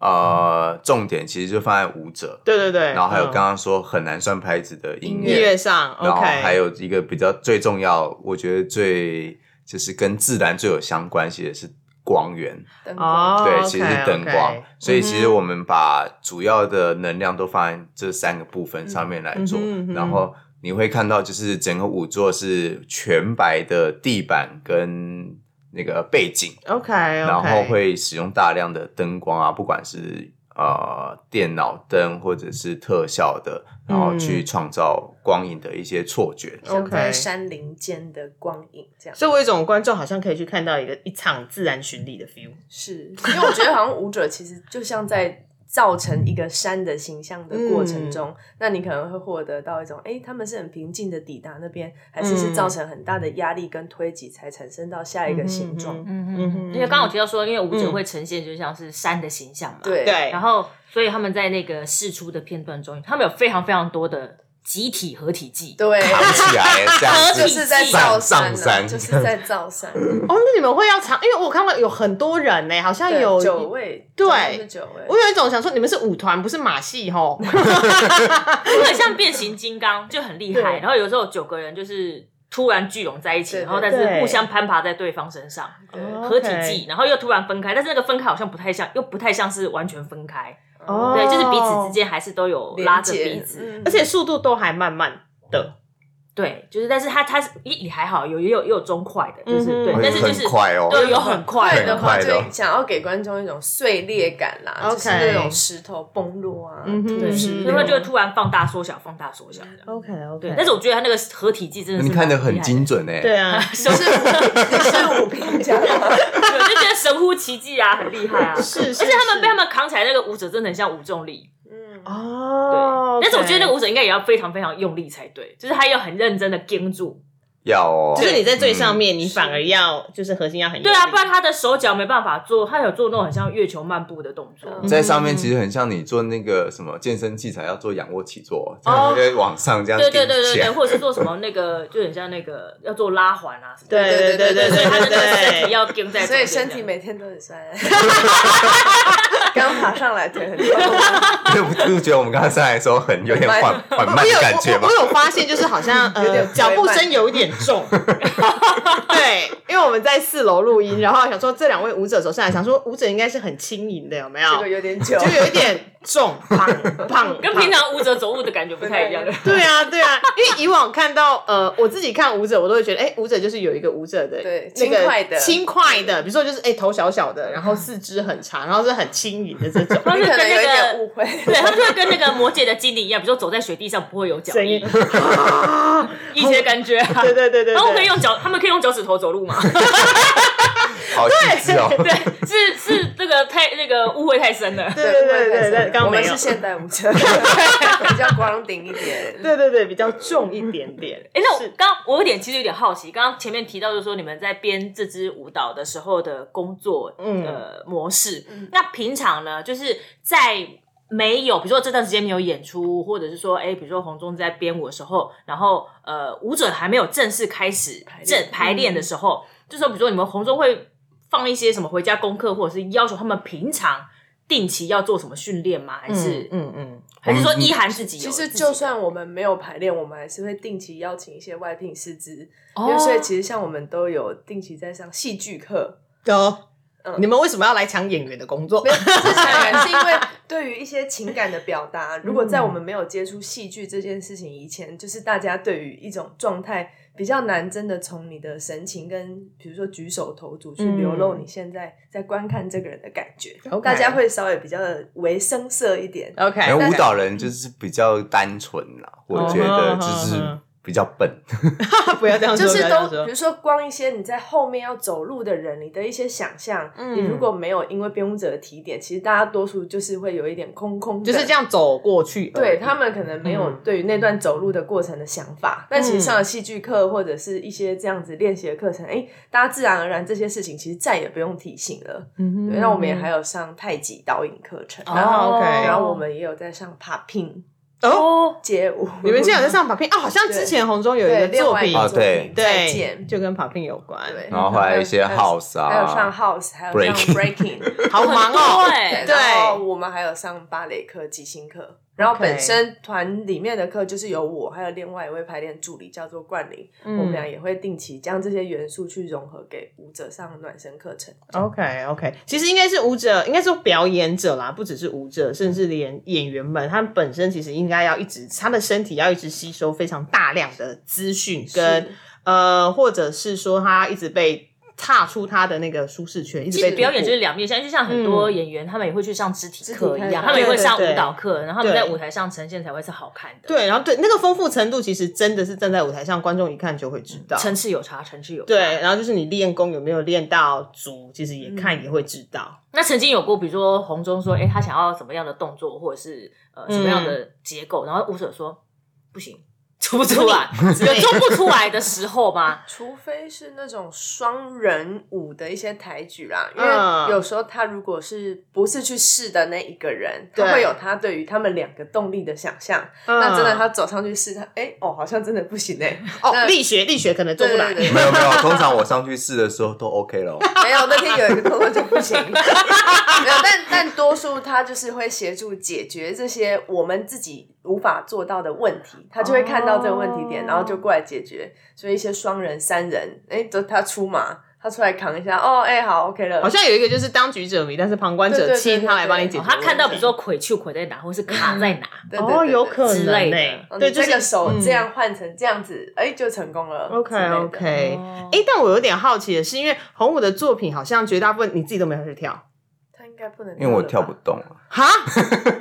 [SPEAKER 4] 呃重点其实就放在舞者，
[SPEAKER 1] 对对对，
[SPEAKER 4] 然后还有
[SPEAKER 1] 嗯
[SPEAKER 4] 刚刚说很难算拍子的音
[SPEAKER 1] 音乐上
[SPEAKER 4] 然后
[SPEAKER 1] ，OK，
[SPEAKER 4] 还有一个比较最重要，我觉得最就是跟自然最有相关系的是光源，
[SPEAKER 3] 灯光
[SPEAKER 1] 哦，
[SPEAKER 4] 对，其实是
[SPEAKER 1] OK，OK
[SPEAKER 4] 灯光。所以其实
[SPEAKER 1] 嗯哼
[SPEAKER 4] 我们把主要的能量都放在这三个部分上面来做，
[SPEAKER 1] 嗯嗯哼嗯哼
[SPEAKER 4] 然后你会看到就是整个舞座是全白的地板跟那个背景，
[SPEAKER 1] OK，然
[SPEAKER 4] 然后会使用大量的灯光啊，不管是呃电脑灯或者是特效的，然后去创造光影的一些错觉。
[SPEAKER 3] 像
[SPEAKER 1] 嗯 OK
[SPEAKER 3] 在山林间的光影这样。
[SPEAKER 1] 所以我有一种观众好像可以去看到一个一场自然巡礼的 feel。
[SPEAKER 3] 是因为我觉得好像舞者其实就像在造成一个山的形象的过
[SPEAKER 1] 嗯
[SPEAKER 3] 程中，那你可能会获得到一种，哎、他们是很平静的抵达那边，还是是
[SPEAKER 1] 嗯
[SPEAKER 3] 造成很大的压力跟推挤才产生到下一个形状？
[SPEAKER 1] 嗯
[SPEAKER 5] 嗯
[SPEAKER 1] 嗯哼
[SPEAKER 5] 嗯，因为刚刚我提到说，因为舞者
[SPEAKER 1] 嗯
[SPEAKER 5] 会呈现就像是山的形象嘛，
[SPEAKER 3] 对
[SPEAKER 1] 对，
[SPEAKER 5] 然后，所以他们在那个试出的片段中，他们有非常非常多的集体合体技。
[SPEAKER 3] 对，
[SPEAKER 4] 扛起来，这样
[SPEAKER 5] 合
[SPEAKER 4] 子
[SPEAKER 5] 体
[SPEAKER 3] 就是在
[SPEAKER 5] 技
[SPEAKER 3] 造
[SPEAKER 4] 上
[SPEAKER 3] 山、
[SPEAKER 4] 上
[SPEAKER 3] 啊，
[SPEAKER 4] 山，
[SPEAKER 3] 就是在造山。啊
[SPEAKER 1] 哦，那你们会要唱？因为我看到有很多人呢、好像
[SPEAKER 3] 对
[SPEAKER 1] 有
[SPEAKER 3] 九位，
[SPEAKER 1] 对
[SPEAKER 3] 总共是九位
[SPEAKER 1] 我。有一种想说，你们是舞团，不是马戏吼。
[SPEAKER 5] 就很像变形金刚，就很厉害。
[SPEAKER 3] 对
[SPEAKER 5] 然后有时候九个人就是突然聚拢在一起，
[SPEAKER 3] 对
[SPEAKER 5] 然后但是
[SPEAKER 1] 对
[SPEAKER 5] 互相攀爬在对方身上，
[SPEAKER 1] 哦
[SPEAKER 5] 合体
[SPEAKER 1] OK
[SPEAKER 5] 技，然后又突然分开，但是那个分开好像不太像，又不太像是完全分开，
[SPEAKER 1] 哦
[SPEAKER 5] 对，就是彼此之间还是都有拉着
[SPEAKER 3] 连
[SPEAKER 5] 彼
[SPEAKER 3] 接
[SPEAKER 5] 此，
[SPEAKER 3] 嗯
[SPEAKER 1] 而且速度都还慢慢的，
[SPEAKER 5] 对，就是但是他他是也也还好，有也有也有中快的，就是
[SPEAKER 1] 嗯哼
[SPEAKER 5] 对，但是就
[SPEAKER 4] 很
[SPEAKER 5] 是
[SPEAKER 4] 快哦，
[SPEAKER 5] 对有很快
[SPEAKER 3] 快
[SPEAKER 5] 的
[SPEAKER 3] 的
[SPEAKER 4] 很
[SPEAKER 3] 话，
[SPEAKER 4] 快的
[SPEAKER 3] 就想要给观众一种碎裂感啦
[SPEAKER 1] OK
[SPEAKER 3] 就是那种石头崩落啊，
[SPEAKER 1] 嗯哼
[SPEAKER 5] 对，
[SPEAKER 3] 土
[SPEAKER 5] 所
[SPEAKER 3] 石
[SPEAKER 5] 以
[SPEAKER 3] 流
[SPEAKER 5] 他就会突然放大缩小，放大缩小这样。
[SPEAKER 1] OK OK，
[SPEAKER 5] 对，但是我觉得他那个合体技真的是
[SPEAKER 4] 你看
[SPEAKER 5] 的
[SPEAKER 4] 得很精，准哎、
[SPEAKER 1] 对 啊，
[SPEAKER 3] 不是你是武平家吗，
[SPEAKER 5] 对我就觉得神乎其技啊，很厉害啊。
[SPEAKER 1] 是，
[SPEAKER 5] 而且他们被他
[SPEAKER 1] 们
[SPEAKER 5] 们扛起来那个舞者真的很像吴重力，
[SPEAKER 3] 嗯，
[SPEAKER 5] 对。
[SPEAKER 1] 哦，
[SPEAKER 5] 但是我觉得那个
[SPEAKER 1] 我，
[SPEAKER 5] 舞者应该也要非常非常用力才对，就是他要很认真的盯住。
[SPEAKER 4] 要哦，
[SPEAKER 1] 就是你在最上面，你
[SPEAKER 3] 是
[SPEAKER 1] 反而要就是核心要很有
[SPEAKER 5] 嗯对啊，
[SPEAKER 1] 力
[SPEAKER 5] 不然他的手脚没办法做，他有做那种很像月球漫步的动作。
[SPEAKER 3] 嗯
[SPEAKER 4] 嗯在上面其实很像你做那个什么健身器材要做仰卧起坐，这
[SPEAKER 5] 哦
[SPEAKER 4] 样在往上这样
[SPEAKER 5] 对对对
[SPEAKER 4] 顶
[SPEAKER 5] 对
[SPEAKER 4] 起
[SPEAKER 5] 对，
[SPEAKER 4] 来
[SPEAKER 5] 或者是做什么那个，就很像那个要做拉环啊什么的。
[SPEAKER 1] 对对对对
[SPEAKER 5] 所
[SPEAKER 1] 对
[SPEAKER 5] 以他的那个身
[SPEAKER 1] 对
[SPEAKER 5] 体要盯在中间这
[SPEAKER 3] 所
[SPEAKER 5] 样，
[SPEAKER 3] 以身体每天都 很酸，刚爬上来腿很痛，
[SPEAKER 4] 你不觉得我们刚刚上来的时候很有点缓缓慢
[SPEAKER 1] 我
[SPEAKER 4] 的
[SPEAKER 1] 有
[SPEAKER 4] 感觉吗
[SPEAKER 1] 我我？我有发现，就是好像
[SPEAKER 3] 有
[SPEAKER 1] 呃
[SPEAKER 3] 点
[SPEAKER 1] 脚步
[SPEAKER 3] 快慢
[SPEAKER 1] 声有一点重，对，因为我们在四楼录音，然后想说这两位舞者走上来，想说舞者应该是很轻盈的，有没有
[SPEAKER 3] 这？个有点久
[SPEAKER 1] 就。有一点重，胖胖，
[SPEAKER 5] 跟
[SPEAKER 1] 胖
[SPEAKER 5] 平常舞者走路的感觉不太一样。。
[SPEAKER 1] 对啊，对啊，因为以往看到呃，我自己看舞者，我都会觉得，哎、舞者就是有一个舞者的
[SPEAKER 3] 对
[SPEAKER 1] 那个
[SPEAKER 3] 轻快的
[SPEAKER 1] 轻快的，比如说就是哎、头小小的，然后四肢很长，然后是很轻盈的这种
[SPEAKER 5] 他
[SPEAKER 3] 你
[SPEAKER 5] 们
[SPEAKER 3] 可
[SPEAKER 5] 跟
[SPEAKER 3] 能有一
[SPEAKER 5] 那
[SPEAKER 3] 点
[SPEAKER 5] 个
[SPEAKER 3] 误会，
[SPEAKER 5] 对，他们就会跟那个魔界的精灵一样，比如说走在雪地上不会有脚
[SPEAKER 1] 声
[SPEAKER 5] 印
[SPEAKER 1] 音，啊
[SPEAKER 5] 一些感觉啊。
[SPEAKER 1] 对对对对
[SPEAKER 5] 然后我可以
[SPEAKER 1] 对，
[SPEAKER 5] 用脚，他们可以用脚趾头走路嘛？
[SPEAKER 4] 好细致哦，
[SPEAKER 5] 对，是是那个太那个误会太 深了。
[SPEAKER 1] 对对对对对，刚刚
[SPEAKER 3] 我们
[SPEAKER 1] 没有
[SPEAKER 3] 是，现代舞者， 比较光顶一点。
[SPEAKER 1] 对对对，比较重一点 点。
[SPEAKER 5] 哎，那我
[SPEAKER 1] 是
[SPEAKER 5] 刚我有点其实有点好奇，刚刚前面提到就是说你们在编这支舞蹈的时候的工作
[SPEAKER 1] 嗯
[SPEAKER 5] 呃模式
[SPEAKER 3] 嗯，
[SPEAKER 5] 那平常呢就是在。没有，比如说这段时间没有演出，或者是说，哎，比如说红中在编舞的时候，然后呃，舞者还没有正式开始
[SPEAKER 3] 排练
[SPEAKER 5] 正排练的时候，就说比如说你们红中会放一些什么回家功课，或者是要求他们平常定期要做什么训练吗？还是、
[SPEAKER 1] 嗯嗯
[SPEAKER 5] 还是说一涵自己有
[SPEAKER 3] 其
[SPEAKER 5] 自
[SPEAKER 3] 实
[SPEAKER 5] 己的
[SPEAKER 3] 就算我们没有排练，我们还是会定期邀请一些外聘师资，
[SPEAKER 5] 哦
[SPEAKER 3] 因为所以其实像我们都有定期在上戏剧课，
[SPEAKER 1] 嗯，哦
[SPEAKER 3] 嗯，
[SPEAKER 1] 你们为什么要来抢演员的工作
[SPEAKER 3] 没？有，这显然是因为对于一些情感的表达，如果
[SPEAKER 5] 嗯
[SPEAKER 3] 在我们没有接触戏剧这件事情以前，就是大家对于一种状态比较难，真的从你的神情跟比如说举手投足去流露
[SPEAKER 1] 嗯
[SPEAKER 3] 你现在在观看这个人的感觉，
[SPEAKER 1] OK
[SPEAKER 3] 大家会稍微比较为生涩一点。
[SPEAKER 1] OK，
[SPEAKER 4] 然后舞蹈人就是比较单纯啦，我觉得就是比较笨，
[SPEAKER 1] 不要这样
[SPEAKER 3] 就
[SPEAKER 1] 说，不
[SPEAKER 3] 是
[SPEAKER 1] 要这样
[SPEAKER 3] 都，
[SPEAKER 1] 说
[SPEAKER 3] 比如说光一些你在后面要走路的人，你的一些想象，
[SPEAKER 1] 嗯
[SPEAKER 3] 你如果没有因为编舞者的提点，其实大家多数就是会有一点空空的，
[SPEAKER 1] 就是这样走过去而已。
[SPEAKER 3] 对他们可能没有
[SPEAKER 1] 嗯
[SPEAKER 3] 对于那段走路的过程的想法，但其实上了戏剧课或者是一些这样子练习的课程，哎、大家自然而然这些事情其实再也不用提醒了。
[SPEAKER 1] 嗯
[SPEAKER 3] 对，那我们也还有上太极导引课程，
[SPEAKER 5] 哦
[SPEAKER 3] 然后
[SPEAKER 1] OK
[SPEAKER 3] 然后我们也有在上 popping
[SPEAKER 1] 哦，
[SPEAKER 3] 街舞，
[SPEAKER 1] 你们竟然有在上 Popping 啊？好像之前红中有一
[SPEAKER 3] 对
[SPEAKER 1] 个
[SPEAKER 3] 另
[SPEAKER 1] 作
[SPEAKER 3] 外一
[SPEAKER 1] 品，
[SPEAKER 3] 个
[SPEAKER 4] 哦
[SPEAKER 3] 作品
[SPEAKER 4] 对
[SPEAKER 3] 再
[SPEAKER 1] 对，
[SPEAKER 3] 见。
[SPEAKER 1] 就跟 Popping 有关，
[SPEAKER 3] 对
[SPEAKER 4] 然后还有一些
[SPEAKER 3] 还有
[SPEAKER 4] house 啊，
[SPEAKER 3] 还有上 house，还有上
[SPEAKER 4] breaking
[SPEAKER 3] breaking，
[SPEAKER 1] 好忙哦。
[SPEAKER 3] 欸
[SPEAKER 5] 对，
[SPEAKER 1] 对
[SPEAKER 3] 然后我们还有上芭蕾课、即兴课，然后
[SPEAKER 1] OK
[SPEAKER 3] 本身团里面的课就是有我，还有另外一位排练助理叫做冠霖，
[SPEAKER 1] 嗯
[SPEAKER 3] 我们俩也会定期将这些元素去融合给舞者上暖身课程。
[SPEAKER 1] OK OK，其实应该是舞者，应该说表演者啦，不只是舞者，甚至连演员们，他们本身其实应该要一直，他的身体要一直吸收非常大量的资讯跟
[SPEAKER 3] 是
[SPEAKER 1] 呃，或者是说他一直被踏出他的那个舒适圈，一直
[SPEAKER 5] 其
[SPEAKER 1] 被
[SPEAKER 5] 实表演
[SPEAKER 1] 突
[SPEAKER 5] 就
[SPEAKER 1] 破嗯
[SPEAKER 5] 是两面向，就像很多演员他们也会去上肢体课一
[SPEAKER 3] 肢体
[SPEAKER 5] 样，
[SPEAKER 3] 课
[SPEAKER 5] 他们也会上
[SPEAKER 1] 对对
[SPEAKER 5] 舞
[SPEAKER 1] 对
[SPEAKER 5] 蹈课，然后他们在
[SPEAKER 1] 对
[SPEAKER 5] 舞台上呈现才会是好看的。，
[SPEAKER 1] 对，然后对那个丰富程度，其实真的是站在舞台上，观众一看就会知
[SPEAKER 3] 嗯
[SPEAKER 1] 道。
[SPEAKER 5] 层次有差，层次有差。
[SPEAKER 1] 对，，然后就是你练功有没有练到足，其实也
[SPEAKER 3] 嗯
[SPEAKER 1] 看也会知道。
[SPEAKER 5] 那曾经有过，比如说红中说，哎，他想要什么样的动作，或者是呃
[SPEAKER 1] 嗯
[SPEAKER 5] 什么样的结构，然后舞者说不行， 做不出来， 有做不出来的时候吗？
[SPEAKER 3] 除非是那种双人舞的一些抬举啦，因
[SPEAKER 1] 嗯
[SPEAKER 3] 为有时候他如果是不是去试的那一个人，
[SPEAKER 1] 对
[SPEAKER 3] 他会有他对于嗯他们两个动力的想象。那真的他走上去试，他哎哦，好像真的不行哎、
[SPEAKER 1] 嗯哦，
[SPEAKER 3] 那
[SPEAKER 1] 力学力学可能做不来
[SPEAKER 3] 对对对
[SPEAKER 4] 没有没有，通常我上去试的时候都 OK 了哦，
[SPEAKER 3] 没有，那天有一个动作就不行。 没有，但但多数他就是会协助解决这些我们自己无法做到的问题，他就会看到这个问题点，
[SPEAKER 1] 哦
[SPEAKER 3] 然后就过来解决。所以一些双人、三人，哎，都他出马，他出来扛一下，哦，哎，好，OK 了，
[SPEAKER 1] 好像有一个就是当局者迷，但是旁观
[SPEAKER 3] 对
[SPEAKER 1] 者
[SPEAKER 3] 对对
[SPEAKER 1] 清，
[SPEAKER 3] 对
[SPEAKER 1] 他来帮你
[SPEAKER 3] 对
[SPEAKER 1] 解
[SPEAKER 3] 哦
[SPEAKER 1] 决问题。
[SPEAKER 5] 哦他看到比如说鬼去鬼在哪，或是卡在哪，
[SPEAKER 3] 对对
[SPEAKER 1] 哦，
[SPEAKER 3] 对
[SPEAKER 1] 有
[SPEAKER 3] 对
[SPEAKER 1] 可
[SPEAKER 5] 之
[SPEAKER 1] 能
[SPEAKER 5] 类的
[SPEAKER 1] 欸
[SPEAKER 3] 哦
[SPEAKER 1] 对，
[SPEAKER 3] 你
[SPEAKER 1] 就
[SPEAKER 3] 这个
[SPEAKER 1] 是
[SPEAKER 3] 手
[SPEAKER 1] 嗯
[SPEAKER 3] 这样换成这样子，哎、就成功了。之类
[SPEAKER 1] OK
[SPEAKER 3] 的
[SPEAKER 1] OK，
[SPEAKER 5] 哦
[SPEAKER 1] 哎、但我有点好奇的是，因为洪武的作品好像绝大部分你自己都没有去跳，
[SPEAKER 3] 他应该不能，
[SPEAKER 4] 因为我跳不。动。啊
[SPEAKER 1] 哈？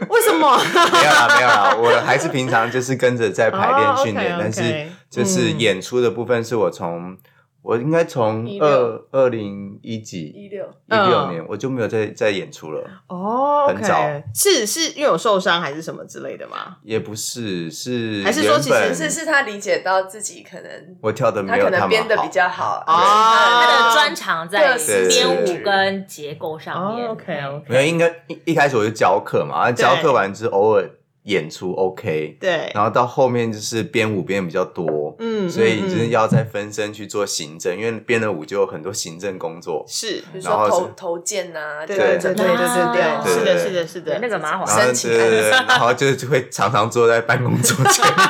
[SPEAKER 1] 为什么？
[SPEAKER 4] 没有啦，没有啦，我还是平常就是跟着在排练训练，
[SPEAKER 1] 哦，OK，OK 嗯
[SPEAKER 4] 但是就是
[SPEAKER 3] 嗯
[SPEAKER 4] 演出的部分是我从、我应该从
[SPEAKER 3] 16
[SPEAKER 4] 二二零一
[SPEAKER 3] 一
[SPEAKER 4] 几
[SPEAKER 3] 六，
[SPEAKER 4] 一六
[SPEAKER 1] 嗯
[SPEAKER 4] 年、我就没有再再演出了，
[SPEAKER 1] 哦
[SPEAKER 4] 很早
[SPEAKER 1] ，OK，是是因为有受伤还是什么之类的吗？
[SPEAKER 4] 也不是是
[SPEAKER 1] 还是说其实
[SPEAKER 4] 原本
[SPEAKER 3] 是是他理解到自己可能
[SPEAKER 4] 我跳的
[SPEAKER 3] 他
[SPEAKER 4] 没有
[SPEAKER 3] 可
[SPEAKER 4] 他们
[SPEAKER 3] 能编的
[SPEAKER 4] 好
[SPEAKER 3] 比较好，
[SPEAKER 1] 哦
[SPEAKER 5] 他
[SPEAKER 3] 对
[SPEAKER 5] 的专长在编舞跟结构上面。
[SPEAKER 1] 哦，OK，OK
[SPEAKER 4] 没有，应该一一开始我就教课嘛，啊教课完之后偶尔演出 OK，
[SPEAKER 1] 对，
[SPEAKER 4] 然后到后面就是编舞编的比较多，
[SPEAKER 1] 嗯
[SPEAKER 4] 所以就是
[SPEAKER 1] 嗯嗯
[SPEAKER 4] 要再分身去做行政，
[SPEAKER 3] 嗯
[SPEAKER 4] 因为编了舞就有很多行政工作，
[SPEAKER 1] 是，
[SPEAKER 3] 比如
[SPEAKER 4] 然后
[SPEAKER 3] 说
[SPEAKER 4] 是
[SPEAKER 3] 投投件呐、啊，
[SPEAKER 1] 对
[SPEAKER 4] 对
[SPEAKER 1] 对对
[SPEAKER 4] 对
[SPEAKER 1] 对对
[SPEAKER 5] 对
[SPEAKER 1] 对，是
[SPEAKER 4] 对
[SPEAKER 1] 的，是的，是
[SPEAKER 5] 对
[SPEAKER 1] 的，，
[SPEAKER 5] 那个麻
[SPEAKER 4] 然
[SPEAKER 5] 花
[SPEAKER 4] 后
[SPEAKER 1] 啊
[SPEAKER 3] 申
[SPEAKER 4] 对
[SPEAKER 3] 请
[SPEAKER 4] 对对，然后就就会常常坐在办公桌前面，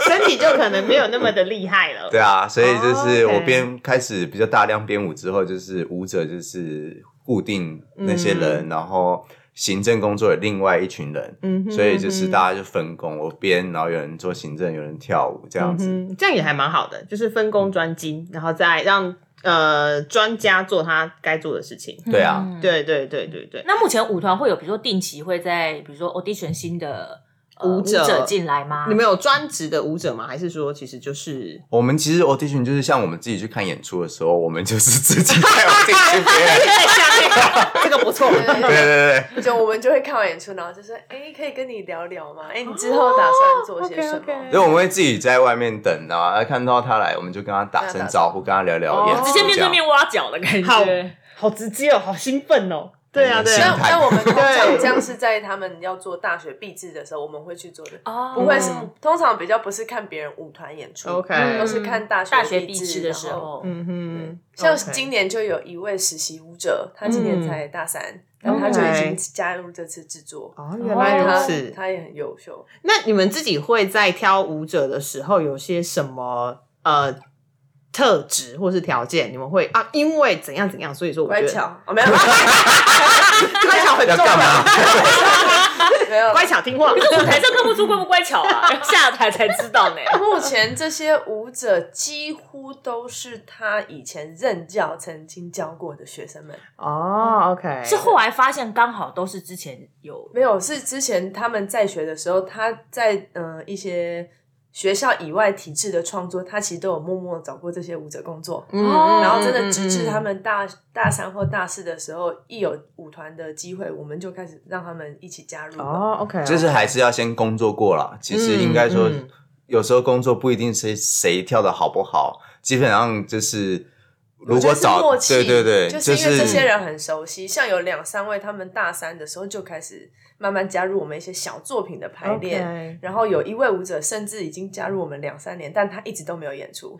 [SPEAKER 1] 身体就可能没有那么的厉害了。
[SPEAKER 4] 对啊，所以就是
[SPEAKER 1] 哦，OK
[SPEAKER 4] 我编开始比较大量编舞之后，就是舞者就是固定那些人，然后行政工作有另外一群人，
[SPEAKER 1] 嗯哼
[SPEAKER 4] 所以就是
[SPEAKER 1] 嗯哼
[SPEAKER 4] 大家就分工，我编，然后有人做行政，有人跳舞这样子。
[SPEAKER 1] 嗯哼，这样也还蛮好的，就是分工专精，然后再让呃专家做他该做的事情。
[SPEAKER 4] 对
[SPEAKER 5] 嗯
[SPEAKER 4] 啊，
[SPEAKER 1] 对对对对对，
[SPEAKER 5] 那目前舞团会有，比如说定期会在，比如说 audition 新的呃
[SPEAKER 1] 舞
[SPEAKER 5] 舞
[SPEAKER 1] 者
[SPEAKER 5] 者进来吗？
[SPEAKER 1] 你们有专职的舞者吗？还是说其实就是
[SPEAKER 4] 我们其实 audition 就是像我们自己去看演出的时候，我们就是自己在 audition 别人。
[SPEAKER 1] 在下面 这个不错，
[SPEAKER 3] 对对
[SPEAKER 4] 对
[SPEAKER 3] 对
[SPEAKER 4] 对对，
[SPEAKER 3] 就我们就会看完演出，然后就说，哎，可以跟你聊聊吗？哎，你之后打算做些什么？
[SPEAKER 1] 哦 OK，OK
[SPEAKER 4] 所以我们会自己在外面等，然后看到他来，我们就跟他打
[SPEAKER 1] 嗯
[SPEAKER 4] 声招呼，跟他聊
[SPEAKER 1] 哦
[SPEAKER 4] 聊演出，
[SPEAKER 5] 直接面对面挖角的感
[SPEAKER 1] 好
[SPEAKER 5] 觉。
[SPEAKER 1] 好直接哦，好兴奋哦。对啊，对
[SPEAKER 3] 但
[SPEAKER 1] 啊
[SPEAKER 4] 心，态
[SPEAKER 3] 但我们通常这样是在他们要做大学毕制的时候，我们会去做的。
[SPEAKER 5] 哦
[SPEAKER 3] 不会是，通常比较不是看别人舞团演出
[SPEAKER 1] OK
[SPEAKER 3] 都是看大学
[SPEAKER 5] 大学
[SPEAKER 3] 毕
[SPEAKER 5] 毕
[SPEAKER 3] 制哦
[SPEAKER 5] 制的时。候，
[SPEAKER 1] 嗯哼，
[SPEAKER 3] 像
[SPEAKER 1] OK
[SPEAKER 3] 今年就有一位实习舞者，他今年才大三，但他就
[SPEAKER 1] 嗯 OK
[SPEAKER 3] 已经加入这次制作。
[SPEAKER 1] 哦，原来
[SPEAKER 5] 哦
[SPEAKER 1] 如
[SPEAKER 3] 他
[SPEAKER 1] 此。
[SPEAKER 3] 他也很优秀。
[SPEAKER 1] 那你们自己会在挑舞者的时候有些什么呃特质或是条件？你们会啊，因为怎样怎样，所以说我觉
[SPEAKER 3] 乖
[SPEAKER 1] 得
[SPEAKER 3] 巧，哦，没有，
[SPEAKER 1] 乖巧很
[SPEAKER 4] 要
[SPEAKER 1] 重
[SPEAKER 5] 啊
[SPEAKER 4] 干嘛
[SPEAKER 1] 要，？
[SPEAKER 3] 没有。
[SPEAKER 1] 乖巧听 话。
[SPEAKER 5] 舞台上看不出乖不乖巧啊， 下台才知道呢。
[SPEAKER 3] 目前这些舞者几乎都是他以前任教曾经教过的学生们，
[SPEAKER 1] 哦，OK，
[SPEAKER 5] 是后来发现刚好都是之前 有
[SPEAKER 3] 没有是之前他们在学的时候，他在呃一些学校以外体制的创作，他其实都有默默找过这些舞者工作。
[SPEAKER 1] 嗯，
[SPEAKER 5] 哦
[SPEAKER 1] 嗯
[SPEAKER 3] 然后真的直至他，们大大三或大四的时候，一有舞团的机会，我们就开始让他们一起加入
[SPEAKER 1] 嗯嗯
[SPEAKER 3] 了。
[SPEAKER 1] 哦，OK，
[SPEAKER 4] 就是还是要先工作过啦。其实应该说，
[SPEAKER 1] 嗯嗯
[SPEAKER 4] 有时候工作不一定谁谁跳的好不好，基本上就是
[SPEAKER 3] 我
[SPEAKER 4] 如
[SPEAKER 3] 觉
[SPEAKER 4] 果
[SPEAKER 3] 得是
[SPEAKER 4] 找
[SPEAKER 3] 默契
[SPEAKER 4] 对对对，
[SPEAKER 3] 就
[SPEAKER 4] 就是
[SPEAKER 3] 因为这些人很熟悉，像有两三位，他们大三的时候就开始慢慢加入我们一些小作品的排练。
[SPEAKER 1] OK
[SPEAKER 3] 然后有一位舞者甚至已经加入我们两三年，但他一直都没有演出，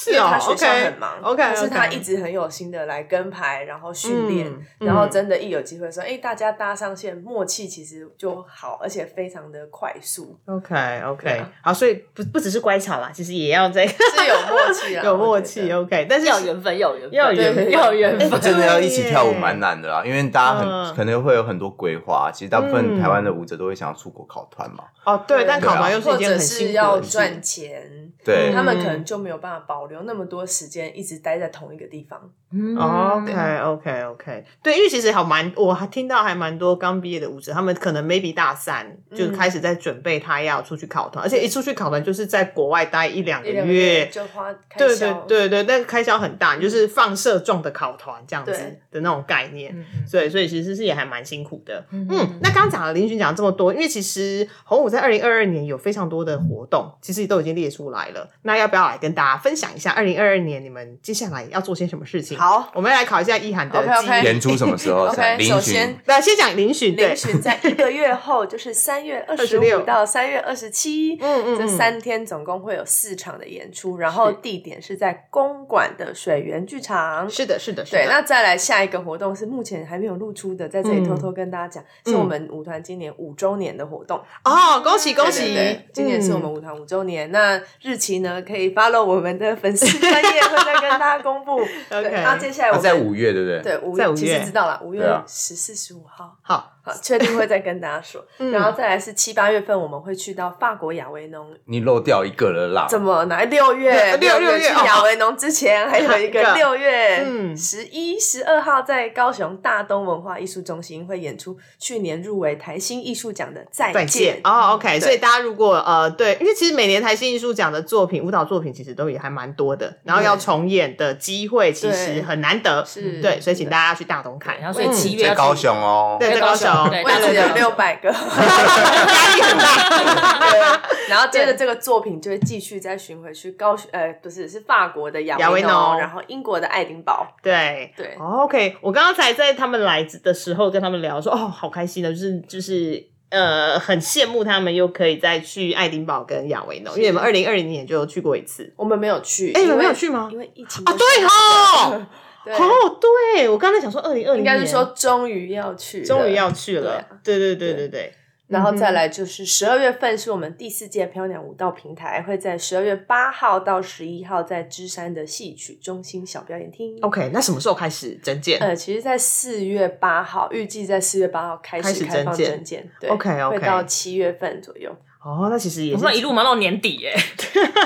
[SPEAKER 1] 是
[SPEAKER 3] 因为
[SPEAKER 1] 哦
[SPEAKER 3] 他学校
[SPEAKER 1] ，OK，
[SPEAKER 3] 很忙。
[SPEAKER 1] OK，
[SPEAKER 3] 但是他一直很有心的来跟排，然后训练，
[SPEAKER 1] 嗯
[SPEAKER 3] 然后
[SPEAKER 1] 嗯
[SPEAKER 3] 真的，一有机会说，哎、大家搭上线，默契其实就好，而且非常的快速，
[SPEAKER 1] OK
[SPEAKER 3] 对
[SPEAKER 1] OK，
[SPEAKER 3] 啊
[SPEAKER 1] 好，所以不不只是乖巧啦，其实也 要在
[SPEAKER 3] 是有默契啦，
[SPEAKER 1] 有默
[SPEAKER 3] 啊我
[SPEAKER 1] 契
[SPEAKER 3] 觉得。
[SPEAKER 1] OK，但是
[SPEAKER 5] 要缘分，要缘分，
[SPEAKER 1] 要有缘分，
[SPEAKER 5] 要有缘分。
[SPEAKER 1] 哎
[SPEAKER 4] 真的要
[SPEAKER 1] 对
[SPEAKER 4] 一起
[SPEAKER 1] 耶
[SPEAKER 4] 跳舞蛮难的啦，因为大家很、
[SPEAKER 1] 嗯
[SPEAKER 4] 可能会有很多规划。其实大部分
[SPEAKER 1] 嗯
[SPEAKER 4] 台湾的舞者都会想要出国考团嘛，
[SPEAKER 1] 哦，对，但考
[SPEAKER 4] 啊
[SPEAKER 1] 完又是
[SPEAKER 3] 啊或
[SPEAKER 1] 一件
[SPEAKER 3] 者
[SPEAKER 1] 很辛
[SPEAKER 3] 是
[SPEAKER 1] 苦
[SPEAKER 3] 要
[SPEAKER 1] 的事
[SPEAKER 3] 赚钱，
[SPEAKER 4] 对，
[SPEAKER 3] 他们可能就没有办法保留那么多时间一直待在同一个地方。
[SPEAKER 5] 嗯
[SPEAKER 1] OK OK OK，对，因为其实好蛮，我还听到还蛮多刚毕业的舞者，他们可能 maybe 大三就
[SPEAKER 3] 嗯
[SPEAKER 1] 开始在准备他要出去考团，而且一出去考团就是在国外待一两个
[SPEAKER 3] 一两个月
[SPEAKER 1] 月，
[SPEAKER 3] 就花开
[SPEAKER 1] 对对
[SPEAKER 3] 销，
[SPEAKER 1] 嗯对对，那个开销很大，你就是放射状的考团这样子
[SPEAKER 3] 对
[SPEAKER 1] 的那种概念。
[SPEAKER 5] 嗯嗯
[SPEAKER 1] 所以，所以其实是也还蛮辛苦的。嗯
[SPEAKER 5] 嗯
[SPEAKER 1] 那刚刚讲了林群讲了这么多，因为其实洪武在二零二二年有非常多的活动，其实都已经列出来了。那要不要来跟大家分享一下二零二二年你们接下来要做些什么事情？
[SPEAKER 3] 好
[SPEAKER 1] 我们来考一下意涵的
[SPEAKER 3] OK，OK
[SPEAKER 1] 记忆。
[SPEAKER 4] 演出什么时候才？
[SPEAKER 3] ，OK，
[SPEAKER 4] 林
[SPEAKER 3] 首
[SPEAKER 4] 群
[SPEAKER 3] 先。
[SPEAKER 1] 那先讲林许，对
[SPEAKER 3] 遴，选在一个月后，就是三月二十
[SPEAKER 1] 26
[SPEAKER 3] 五到三月二十七，
[SPEAKER 1] 嗯嗯
[SPEAKER 3] 这
[SPEAKER 1] 嗯
[SPEAKER 3] 三天总共会有四场的演出，然后地点是在公馆的水源剧场。
[SPEAKER 1] 是的，是的，是
[SPEAKER 3] 对，那
[SPEAKER 1] 的。
[SPEAKER 3] 再来下一个活动是目前还没有露出的，在
[SPEAKER 1] 嗯
[SPEAKER 3] 这里偷偷跟大家讲，是我们舞团今年五周年的活动。
[SPEAKER 1] 哦，恭喜嗯恭
[SPEAKER 3] 对
[SPEAKER 1] 喜
[SPEAKER 3] 对对！今年是我们舞团五周年，那日期呢可以 follow 我们的粉丝专业，会再跟大家公 布。对，那接下来我
[SPEAKER 4] 他
[SPEAKER 3] 们
[SPEAKER 4] 啊哦在五月，对不对？
[SPEAKER 3] 对五
[SPEAKER 1] 在五
[SPEAKER 3] 月其实
[SPEAKER 1] 月
[SPEAKER 3] 知道了，五月
[SPEAKER 4] 对啊
[SPEAKER 3] 十四十五号。
[SPEAKER 1] 好，
[SPEAKER 3] 好，确定会再跟大家 说。
[SPEAKER 1] 嗯
[SPEAKER 3] 然后再来是七八月份，我们会去到法国亚维农。
[SPEAKER 4] 你漏掉一个了啦。
[SPEAKER 3] 怎么来？六月
[SPEAKER 1] 啊六
[SPEAKER 3] 六
[SPEAKER 1] 六月
[SPEAKER 3] 去亚维农之前，还 有一
[SPEAKER 1] 一个
[SPEAKER 3] 个六月
[SPEAKER 1] 嗯
[SPEAKER 3] 十一、十二号在高雄大东文化艺术中心会演出去年入围台新艺术奖的《再
[SPEAKER 1] 再见
[SPEAKER 3] 见》。
[SPEAKER 1] 哦，OK。
[SPEAKER 3] 对
[SPEAKER 1] 所以大家如果呃，对，因为其实每年台新艺术奖的作品、舞蹈作品其实都也还蛮多的，然后要重演的机会其实
[SPEAKER 3] 对
[SPEAKER 1] 很难得，
[SPEAKER 3] 是
[SPEAKER 1] 对，所以请
[SPEAKER 3] 真的
[SPEAKER 1] 大家去大东看，
[SPEAKER 5] 然后所以七月要
[SPEAKER 4] 在
[SPEAKER 5] 去
[SPEAKER 4] 高雄哦。
[SPEAKER 1] 对在高雄
[SPEAKER 5] 对，
[SPEAKER 3] 位
[SPEAKER 5] 大
[SPEAKER 3] 置有
[SPEAKER 5] 家
[SPEAKER 3] 六 百个，
[SPEAKER 1] 压力很大。
[SPEAKER 3] 对然后接着这个作品就会继续再巡回去高雄，呃，不是是法国的
[SPEAKER 1] 亚
[SPEAKER 3] 亚
[SPEAKER 1] 维
[SPEAKER 3] 维
[SPEAKER 1] 农
[SPEAKER 3] 农，然后英国的爱丁堡，
[SPEAKER 1] 对。
[SPEAKER 3] 对，
[SPEAKER 1] 哦 OK，我刚刚才在他们来的时候跟他们聊说，哦，好开心的，就是就是呃，很羡慕他们又可以再去爱丁堡跟亚维农，因为你们二零二零年就去过一次。
[SPEAKER 3] 我们没有去，
[SPEAKER 1] 哎你们
[SPEAKER 3] 因为
[SPEAKER 1] 没有去吗
[SPEAKER 3] 因为疫情
[SPEAKER 1] 啊对吼
[SPEAKER 3] 对
[SPEAKER 1] 哦，对，我刚才想说二零二零，
[SPEAKER 3] 应该是说终于要去了，
[SPEAKER 1] 终于要嗯去了，对对对对
[SPEAKER 3] 对
[SPEAKER 1] 对，
[SPEAKER 3] 然后再来就是十二月份是我们第四届飘鸟舞蹈平台，会在十二月八号到十一号在芝山的戏曲中心小表演厅。
[SPEAKER 1] OK，那什么时候开始整件？
[SPEAKER 3] 呃，其实，在四月八号，预计在四月八号开
[SPEAKER 1] 开始
[SPEAKER 3] 始开放
[SPEAKER 1] 征件
[SPEAKER 3] 证件，对
[SPEAKER 1] OK，OK
[SPEAKER 3] 会到七月份左右，
[SPEAKER 1] 哦，那其实也
[SPEAKER 5] 我
[SPEAKER 1] 是
[SPEAKER 5] 们一路忙到年底耶，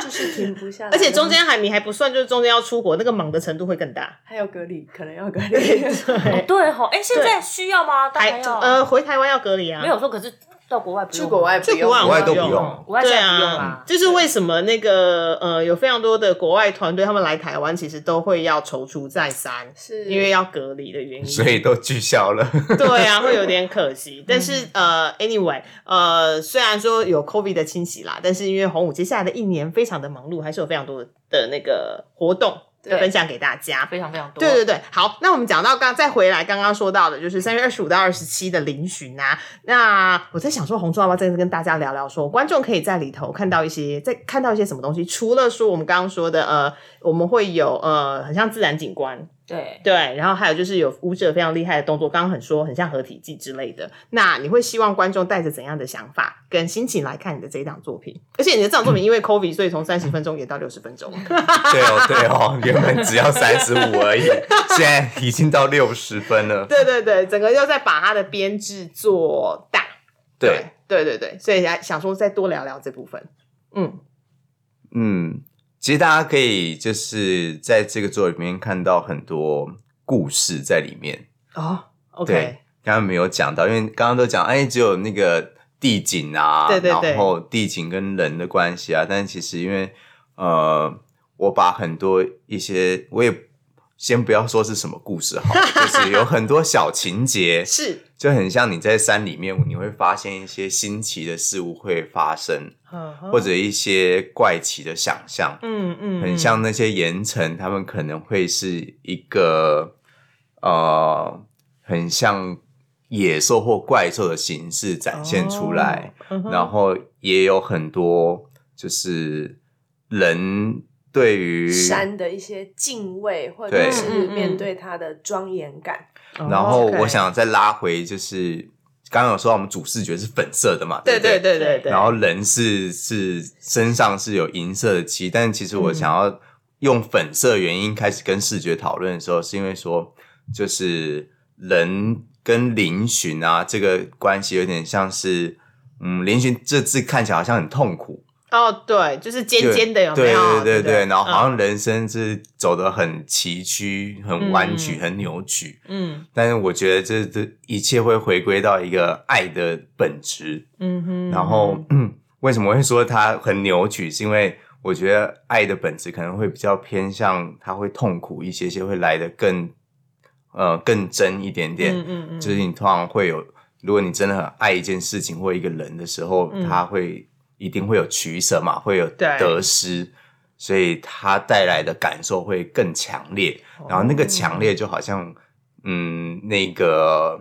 [SPEAKER 3] 就是停不下来。
[SPEAKER 1] 而且中间还你还不算，就是中间要出国，那个忙的程度会更大。
[SPEAKER 3] 还有隔离，可能要隔 离。
[SPEAKER 5] 哦对吼，哎，现在需要吗？当
[SPEAKER 1] 还
[SPEAKER 5] 然要，
[SPEAKER 1] 呃，回台湾要隔离啊？
[SPEAKER 5] 没有说，可是到国外不用
[SPEAKER 3] 去国外不
[SPEAKER 1] 去
[SPEAKER 3] 用
[SPEAKER 1] 国外
[SPEAKER 4] 国外
[SPEAKER 1] 好像
[SPEAKER 4] 都不
[SPEAKER 1] 有
[SPEAKER 4] 用
[SPEAKER 5] 吗，国外现
[SPEAKER 1] 对
[SPEAKER 5] 在不用
[SPEAKER 1] 啊
[SPEAKER 5] 啦，，
[SPEAKER 1] 就是为什么那个呃，有非常多的国外团队，他们来台湾其实都会要踌躇再三，
[SPEAKER 3] 是
[SPEAKER 1] 因为要隔离的原因。
[SPEAKER 4] 所以都取消了。
[SPEAKER 1] 对啊，会有点可惜。但是呃，anyway，呃，虽然说有 COVID 的侵袭啦，但是因为红武接下来的一年非常的忙碌，还是有非常多的的那个活动
[SPEAKER 3] 对
[SPEAKER 1] 分享给大家。
[SPEAKER 5] 非常非常多。
[SPEAKER 1] 对对对，好，那我们讲到刚再回来刚刚说到的，就是三月二十五到二十七的临巡啊。那我在想说，红猪要不要再跟大家聊聊说，观众可以在里头看到一些，在看到一些什么东西？除了说我们刚刚说的，呃，我们会有呃，很像自然景观，
[SPEAKER 5] 对，
[SPEAKER 1] 对，然后还有就是有舞者非常厉害的动作，刚刚很说很像合体技之类的。那你会希望观众带着怎样的想法跟心情来看你的这一档作品？而且你的这档作品因为 COVID，所以从三十分钟也到六十分钟。
[SPEAKER 4] 对哦，对哦，原本只要三十五而 已，现在已经到六十分了。
[SPEAKER 1] 对对对，整个又在把它的编制做大。
[SPEAKER 4] 对，
[SPEAKER 1] 对对对，所以想想说再多聊聊这部分。嗯，
[SPEAKER 4] 嗯，其实大家可以就是在这个作品里面看到很多故事在里面。
[SPEAKER 1] 哦
[SPEAKER 4] 对
[SPEAKER 1] ，OK，
[SPEAKER 4] 刚刚没有讲到，因为刚刚都讲，哎，只有那个地景啊，
[SPEAKER 1] 对对对
[SPEAKER 4] 然后地景跟人的关系啊，但是其实因为呃，我把很多一些，我也先不要说是什么故事好了，就是有很多小情节，
[SPEAKER 1] 是，
[SPEAKER 4] 就很像你在山里面，你会发现一些新奇的事物会发生，或
[SPEAKER 5] 嗯
[SPEAKER 1] 或
[SPEAKER 4] 者一些怪奇的想象，
[SPEAKER 1] 哦嗯嗯，
[SPEAKER 4] 很像那些盐城，他们可能会是一个呃，很像野兽或怪兽的形式展现出来，
[SPEAKER 1] 哦，嗯哼
[SPEAKER 4] 然后也有很多就是人对于
[SPEAKER 3] 山的一些敬畏，或者
[SPEAKER 4] 对
[SPEAKER 3] 是
[SPEAKER 1] 嗯嗯
[SPEAKER 3] 面对它的庄严感，
[SPEAKER 4] 然后我，
[SPEAKER 1] 哦
[SPEAKER 4] 想再拉回，就是刚刚有说到我们主视觉是粉色的嘛，
[SPEAKER 1] ，OK 对
[SPEAKER 4] 不对
[SPEAKER 1] 对对对对，
[SPEAKER 4] 然后人是是身上是有银色的漆，但其实
[SPEAKER 1] 嗯
[SPEAKER 4] 我想要用粉色原因开始跟视觉讨论的时候，是因为说就是人跟嶙峋啊这个关系有点像是，嗯，嶙峋这字看起来好像很痛苦，
[SPEAKER 1] 哦对，就是尖尖的有没
[SPEAKER 4] 对
[SPEAKER 1] 有？
[SPEAKER 4] 对对
[SPEAKER 1] 不
[SPEAKER 4] 对，然后好像
[SPEAKER 1] 嗯
[SPEAKER 4] 人生是走的很崎岖、很弯曲、
[SPEAKER 1] 嗯
[SPEAKER 4] 很扭曲，
[SPEAKER 1] 嗯
[SPEAKER 4] 但是我觉得这这一切会回归到一个爱的本质，
[SPEAKER 1] 嗯哼，
[SPEAKER 4] 然后、 嗯为什么会说它很扭曲？是因为我觉得爱的本质可能会比较偏向，它会痛苦一些些，会来的更呃更真一点点。
[SPEAKER 1] 嗯嗯嗯，
[SPEAKER 4] 就是你通常会有，如果你真的很爱一件事情或一个人的时候，
[SPEAKER 1] 嗯
[SPEAKER 4] 他会一定会有取舍嘛，会有
[SPEAKER 1] 对
[SPEAKER 4] 得失。所以它带来的感受会更强烈。然后那个强
[SPEAKER 1] 哦
[SPEAKER 4] 烈就好像，嗯，那个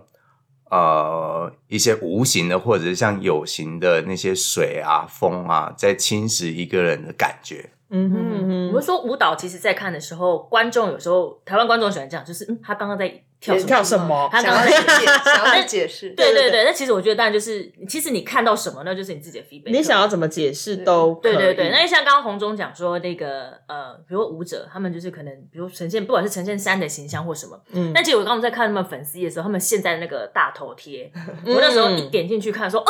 [SPEAKER 4] 呃一些无形的或者是像有形的那些水啊、风啊，在侵蚀一个人的感觉。
[SPEAKER 1] 嗯哼嗯
[SPEAKER 5] 嗯，
[SPEAKER 1] 哼
[SPEAKER 5] 我们说舞蹈，其实在看的时候，观众有时候台湾观众喜欢这样，就是嗯，他刚刚在跳什么？
[SPEAKER 1] 跳什么？
[SPEAKER 5] 他刚刚
[SPEAKER 3] 想
[SPEAKER 5] 在
[SPEAKER 3] 要解释，想要解释，
[SPEAKER 5] 对
[SPEAKER 1] 对
[SPEAKER 5] 对
[SPEAKER 1] 对
[SPEAKER 5] 对，那其实我觉得，当然就是，其实你看到什么，那就是你自己的 feedback。
[SPEAKER 1] 你想要怎么解释都可以
[SPEAKER 5] 对对对，那像刚刚洪总讲说那个呃，比如说舞者，他们就是可能，比如呈现不管是呈现山的形象或什么，
[SPEAKER 1] 嗯
[SPEAKER 5] 但其实我刚刚在看他们粉丝页的时候，他们现在那个大头贴，我那时
[SPEAKER 1] 嗯
[SPEAKER 5] 候一点进去看说，哦，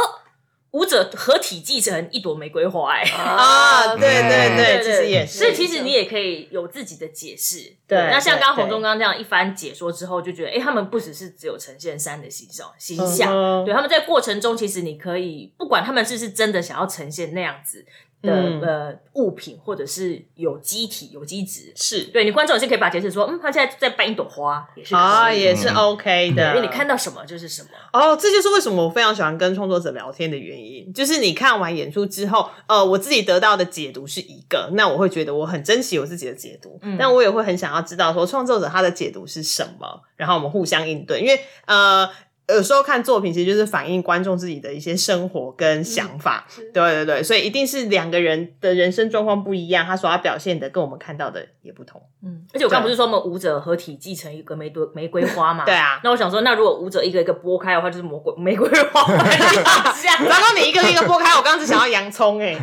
[SPEAKER 5] 舞者合体继承一朵玫瑰花、哎、
[SPEAKER 1] 啊，
[SPEAKER 3] 啊，
[SPEAKER 1] 对对
[SPEAKER 4] 嗯
[SPEAKER 1] 对，其实也
[SPEAKER 5] 所以
[SPEAKER 1] 是，
[SPEAKER 5] 其实你也可以有自己的解释。
[SPEAKER 1] 对
[SPEAKER 5] 那像刚刚
[SPEAKER 1] 对
[SPEAKER 5] 洪忠刚这样一番解说之后，就觉得，哎、他们不只是只有呈现山的形象形象，
[SPEAKER 1] 嗯哼
[SPEAKER 5] 对，他们在过程中，其实你可以不管他们是不是真的想要呈现那样子的、
[SPEAKER 1] 嗯
[SPEAKER 5] 呃物品，或者是有机体、有机质，
[SPEAKER 1] 是
[SPEAKER 5] 对你观众也是可以把解释说，嗯，他现在在搬一朵花，也是可以
[SPEAKER 1] 啊，
[SPEAKER 5] 的
[SPEAKER 1] 也是啊
[SPEAKER 4] 嗯
[SPEAKER 1] OK 的，
[SPEAKER 5] 因为你看到什么就是什么。
[SPEAKER 1] 哦，这就是为什么我非常喜欢跟创作者聊天的原因，就是你看完演出之后，呃，我自己得到的解读是一个，那我会觉得我很珍惜我自己的解读，但我也会很想要知道说创作者他的解读是什么，然后我们互相应对，因为呃。有时候看作品，其实就是反映观众自己的一些生活跟想法，对对对，所以一定是两个人的人生状况不一样，他所要表现的跟我们看到的也不同。
[SPEAKER 5] 嗯，而且我刚刚不是说我们舞者合体继承一个玫瑰玫瑰花嘛？
[SPEAKER 1] 对啊
[SPEAKER 5] 那我想说，那如果舞者一个一个剥开的话，就是魔鬼玫瑰花
[SPEAKER 1] 糟糕，你一个一个剥开，我刚刚只想要洋葱哎、
[SPEAKER 5] 啊，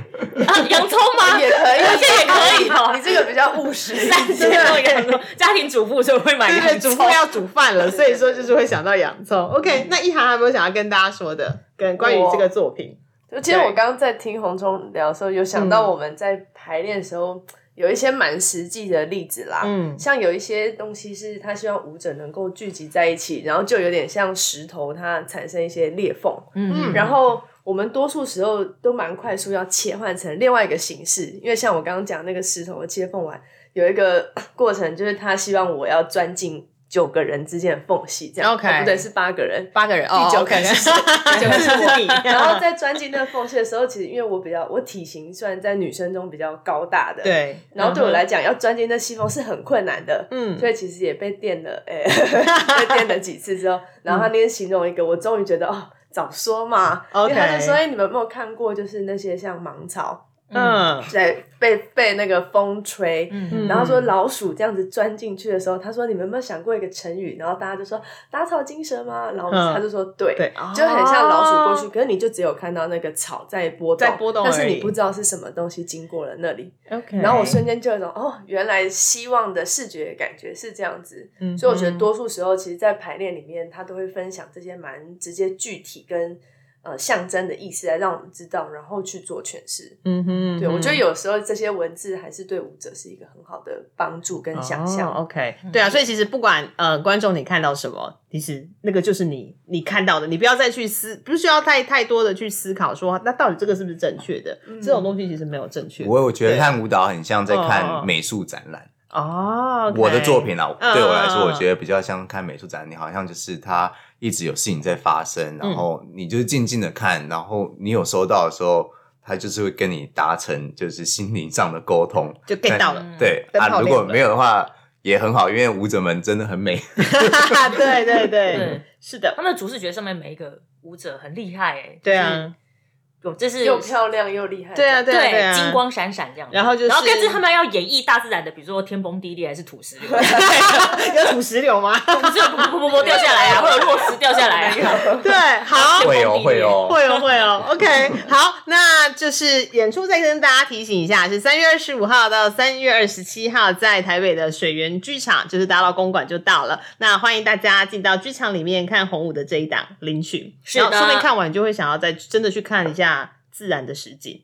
[SPEAKER 5] 洋葱吗？
[SPEAKER 3] 也可以，
[SPEAKER 5] 这也可以哦
[SPEAKER 3] 你这个比较务实，
[SPEAKER 5] 三千多洋葱，家庭主妇所以会 买
[SPEAKER 1] 对对，
[SPEAKER 5] 洋
[SPEAKER 1] 主
[SPEAKER 5] 葱
[SPEAKER 1] 妇。要煮饭了，所以说就是会想到洋葱。OK，那
[SPEAKER 3] 嗯
[SPEAKER 1] 一涵还有没有想要跟大家说的，跟关于这个作品？
[SPEAKER 3] 其实我刚刚在听洪忠聊的时候，有想
[SPEAKER 1] 嗯
[SPEAKER 3] 到我们在排练的时候、有一些蛮实际的例子啦。
[SPEAKER 1] 嗯
[SPEAKER 3] 像有一些东西是他希望舞者能够聚集在一起，然后就有点像石头，它产生一些裂缝。
[SPEAKER 5] 嗯，
[SPEAKER 3] 然后我们多数时候都蛮快速要切换成另外一个形式，因为像我刚刚讲那个石头的切缝完，有一个过程就是他希望我要钻进九个人之间的缝隙，这样
[SPEAKER 1] OK 哦
[SPEAKER 3] 哦不对，是八个人，
[SPEAKER 1] 八个人
[SPEAKER 3] 第九个人是谁 第九个是我。
[SPEAKER 1] 你，
[SPEAKER 3] 然 后在钻进那个缝隙的时候，其实因为我比较，我体型虽然在女生中比较高大的，，
[SPEAKER 1] 对，
[SPEAKER 3] 然后对我来讲，要钻进那细缝是很困难的，
[SPEAKER 1] 嗯
[SPEAKER 3] 所以其实也被电了，哎、 被电了几次之后，然后他那天形容一个，我终于觉得哦，早说嘛
[SPEAKER 1] OK
[SPEAKER 3] 因为他就说，哎、你们有没有看过，就是那些像芒草
[SPEAKER 1] 嗯
[SPEAKER 3] 在被被那个风吹，
[SPEAKER 5] 嗯
[SPEAKER 3] 然后说老鼠这样子钻进去的时候，他说你们有没有想过一个成语？然后大家就说打草惊蛇吗？然后
[SPEAKER 1] 嗯
[SPEAKER 3] 他就说对，
[SPEAKER 1] 对
[SPEAKER 3] 就很像老鼠过去，
[SPEAKER 1] 哦
[SPEAKER 3] 可是你就只有看到那个草在波动，
[SPEAKER 1] 在波动而已
[SPEAKER 3] 但是你不知道是什么东西经过了那里。
[SPEAKER 1] ，OK。
[SPEAKER 3] 然后我瞬间就有一种哦，原来希望的视觉感觉是这样子。
[SPEAKER 1] 嗯
[SPEAKER 3] 所以我觉得多数时候，其实，在排练里面，他都会分享这些蛮直接、具体跟呃象征的意思，来让我们知道，然后去做诠释。
[SPEAKER 1] 嗯哼
[SPEAKER 3] 对，我觉得有时候这些文字还是对舞者是一个很好的帮助跟想象。嗯
[SPEAKER 1] 哦、OK，对啊，所以其实不管呃观众你看到什么，其实那个就是你你看到的，你不要再去思，不需要太太多的去思考说那到底这个是不是正确的，
[SPEAKER 3] 嗯
[SPEAKER 1] 这种东西其实没有正确的。
[SPEAKER 4] 我我觉得
[SPEAKER 1] 对
[SPEAKER 4] 看舞蹈很像在
[SPEAKER 1] 哦哦
[SPEAKER 4] 看美术展览。
[SPEAKER 1] 哦，OK，
[SPEAKER 4] 我的作品啊，
[SPEAKER 1] 嗯
[SPEAKER 4] 对我来
[SPEAKER 1] 嗯
[SPEAKER 4] 说，
[SPEAKER 1] 嗯
[SPEAKER 4] 我觉得比较像看美术展，你好像就是它一直有事情在发生，
[SPEAKER 1] 嗯
[SPEAKER 4] 然后你就是静静的看，然后你有收到的时候，它就是会跟你达成就是心灵上的沟通，
[SPEAKER 1] 就 get 到了。
[SPEAKER 5] 嗯
[SPEAKER 4] 对
[SPEAKER 1] 灯泡
[SPEAKER 4] 啊，如
[SPEAKER 1] 亮
[SPEAKER 4] 果
[SPEAKER 1] 了
[SPEAKER 4] 没有的话也很好，因为舞者们真的很美。
[SPEAKER 1] 对对对
[SPEAKER 5] 对，
[SPEAKER 1] 是的
[SPEAKER 5] 他，们的主视觉上面每一个舞者很厉害哎，
[SPEAKER 1] 对啊，
[SPEAKER 5] 有这是
[SPEAKER 3] 又漂亮又厉害，
[SPEAKER 1] 对啊，，对啊，对
[SPEAKER 5] 对
[SPEAKER 1] 啊，
[SPEAKER 5] 金光闪闪这样子，
[SPEAKER 1] 然后就是
[SPEAKER 5] 然后跟着他们要演绎大自然的，比如说天崩地裂还是土石 流，
[SPEAKER 1] 有土石流吗？
[SPEAKER 5] 不是噗噗噗噗掉下来啊，会有落石掉下来啊，
[SPEAKER 1] 对，好。
[SPEAKER 4] 会哦
[SPEAKER 5] 地
[SPEAKER 4] 会 哦，
[SPEAKER 1] 会哦，会哦，OK，好，那就是演出再跟大家提醒一下，是三月二十五号到三月二十七号，在台北的水源剧场，就是打到公馆就到了。那欢迎大家进到剧场里面看红舞的这一档《领取》，
[SPEAKER 5] 是
[SPEAKER 1] 然后
[SPEAKER 5] 的
[SPEAKER 1] 顺便看完，你就会想要再真的去看一下自然的实景，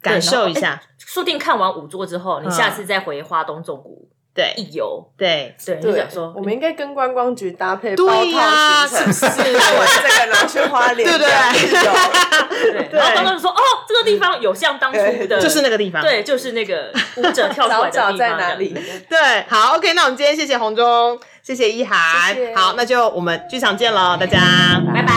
[SPEAKER 1] 感受一下。
[SPEAKER 5] 说不定看完五座之后，你下次再回花东纵谷
[SPEAKER 1] 对
[SPEAKER 5] 一游，
[SPEAKER 1] 对，
[SPEAKER 5] 对，你就
[SPEAKER 3] 对
[SPEAKER 5] 想，说
[SPEAKER 3] 我们应该跟观光局搭配包套
[SPEAKER 1] 对呀
[SPEAKER 3] 行程，
[SPEAKER 1] 是 不是
[SPEAKER 3] 带我这个然后去花莲，
[SPEAKER 1] 对不对
[SPEAKER 3] 这样子游
[SPEAKER 5] 对，然后观众就说哦，这个地方有像当初的，
[SPEAKER 1] 就是那个地方。
[SPEAKER 5] 对，就是那个舞者跳出来
[SPEAKER 3] 早
[SPEAKER 5] 的地方
[SPEAKER 3] 早在哪里？？
[SPEAKER 1] 对，好，OK，那我们今天谢谢红中，谢谢一涵，
[SPEAKER 3] 谢谢
[SPEAKER 1] 好，那就我们剧场见喽，大家，
[SPEAKER 5] 拜拜。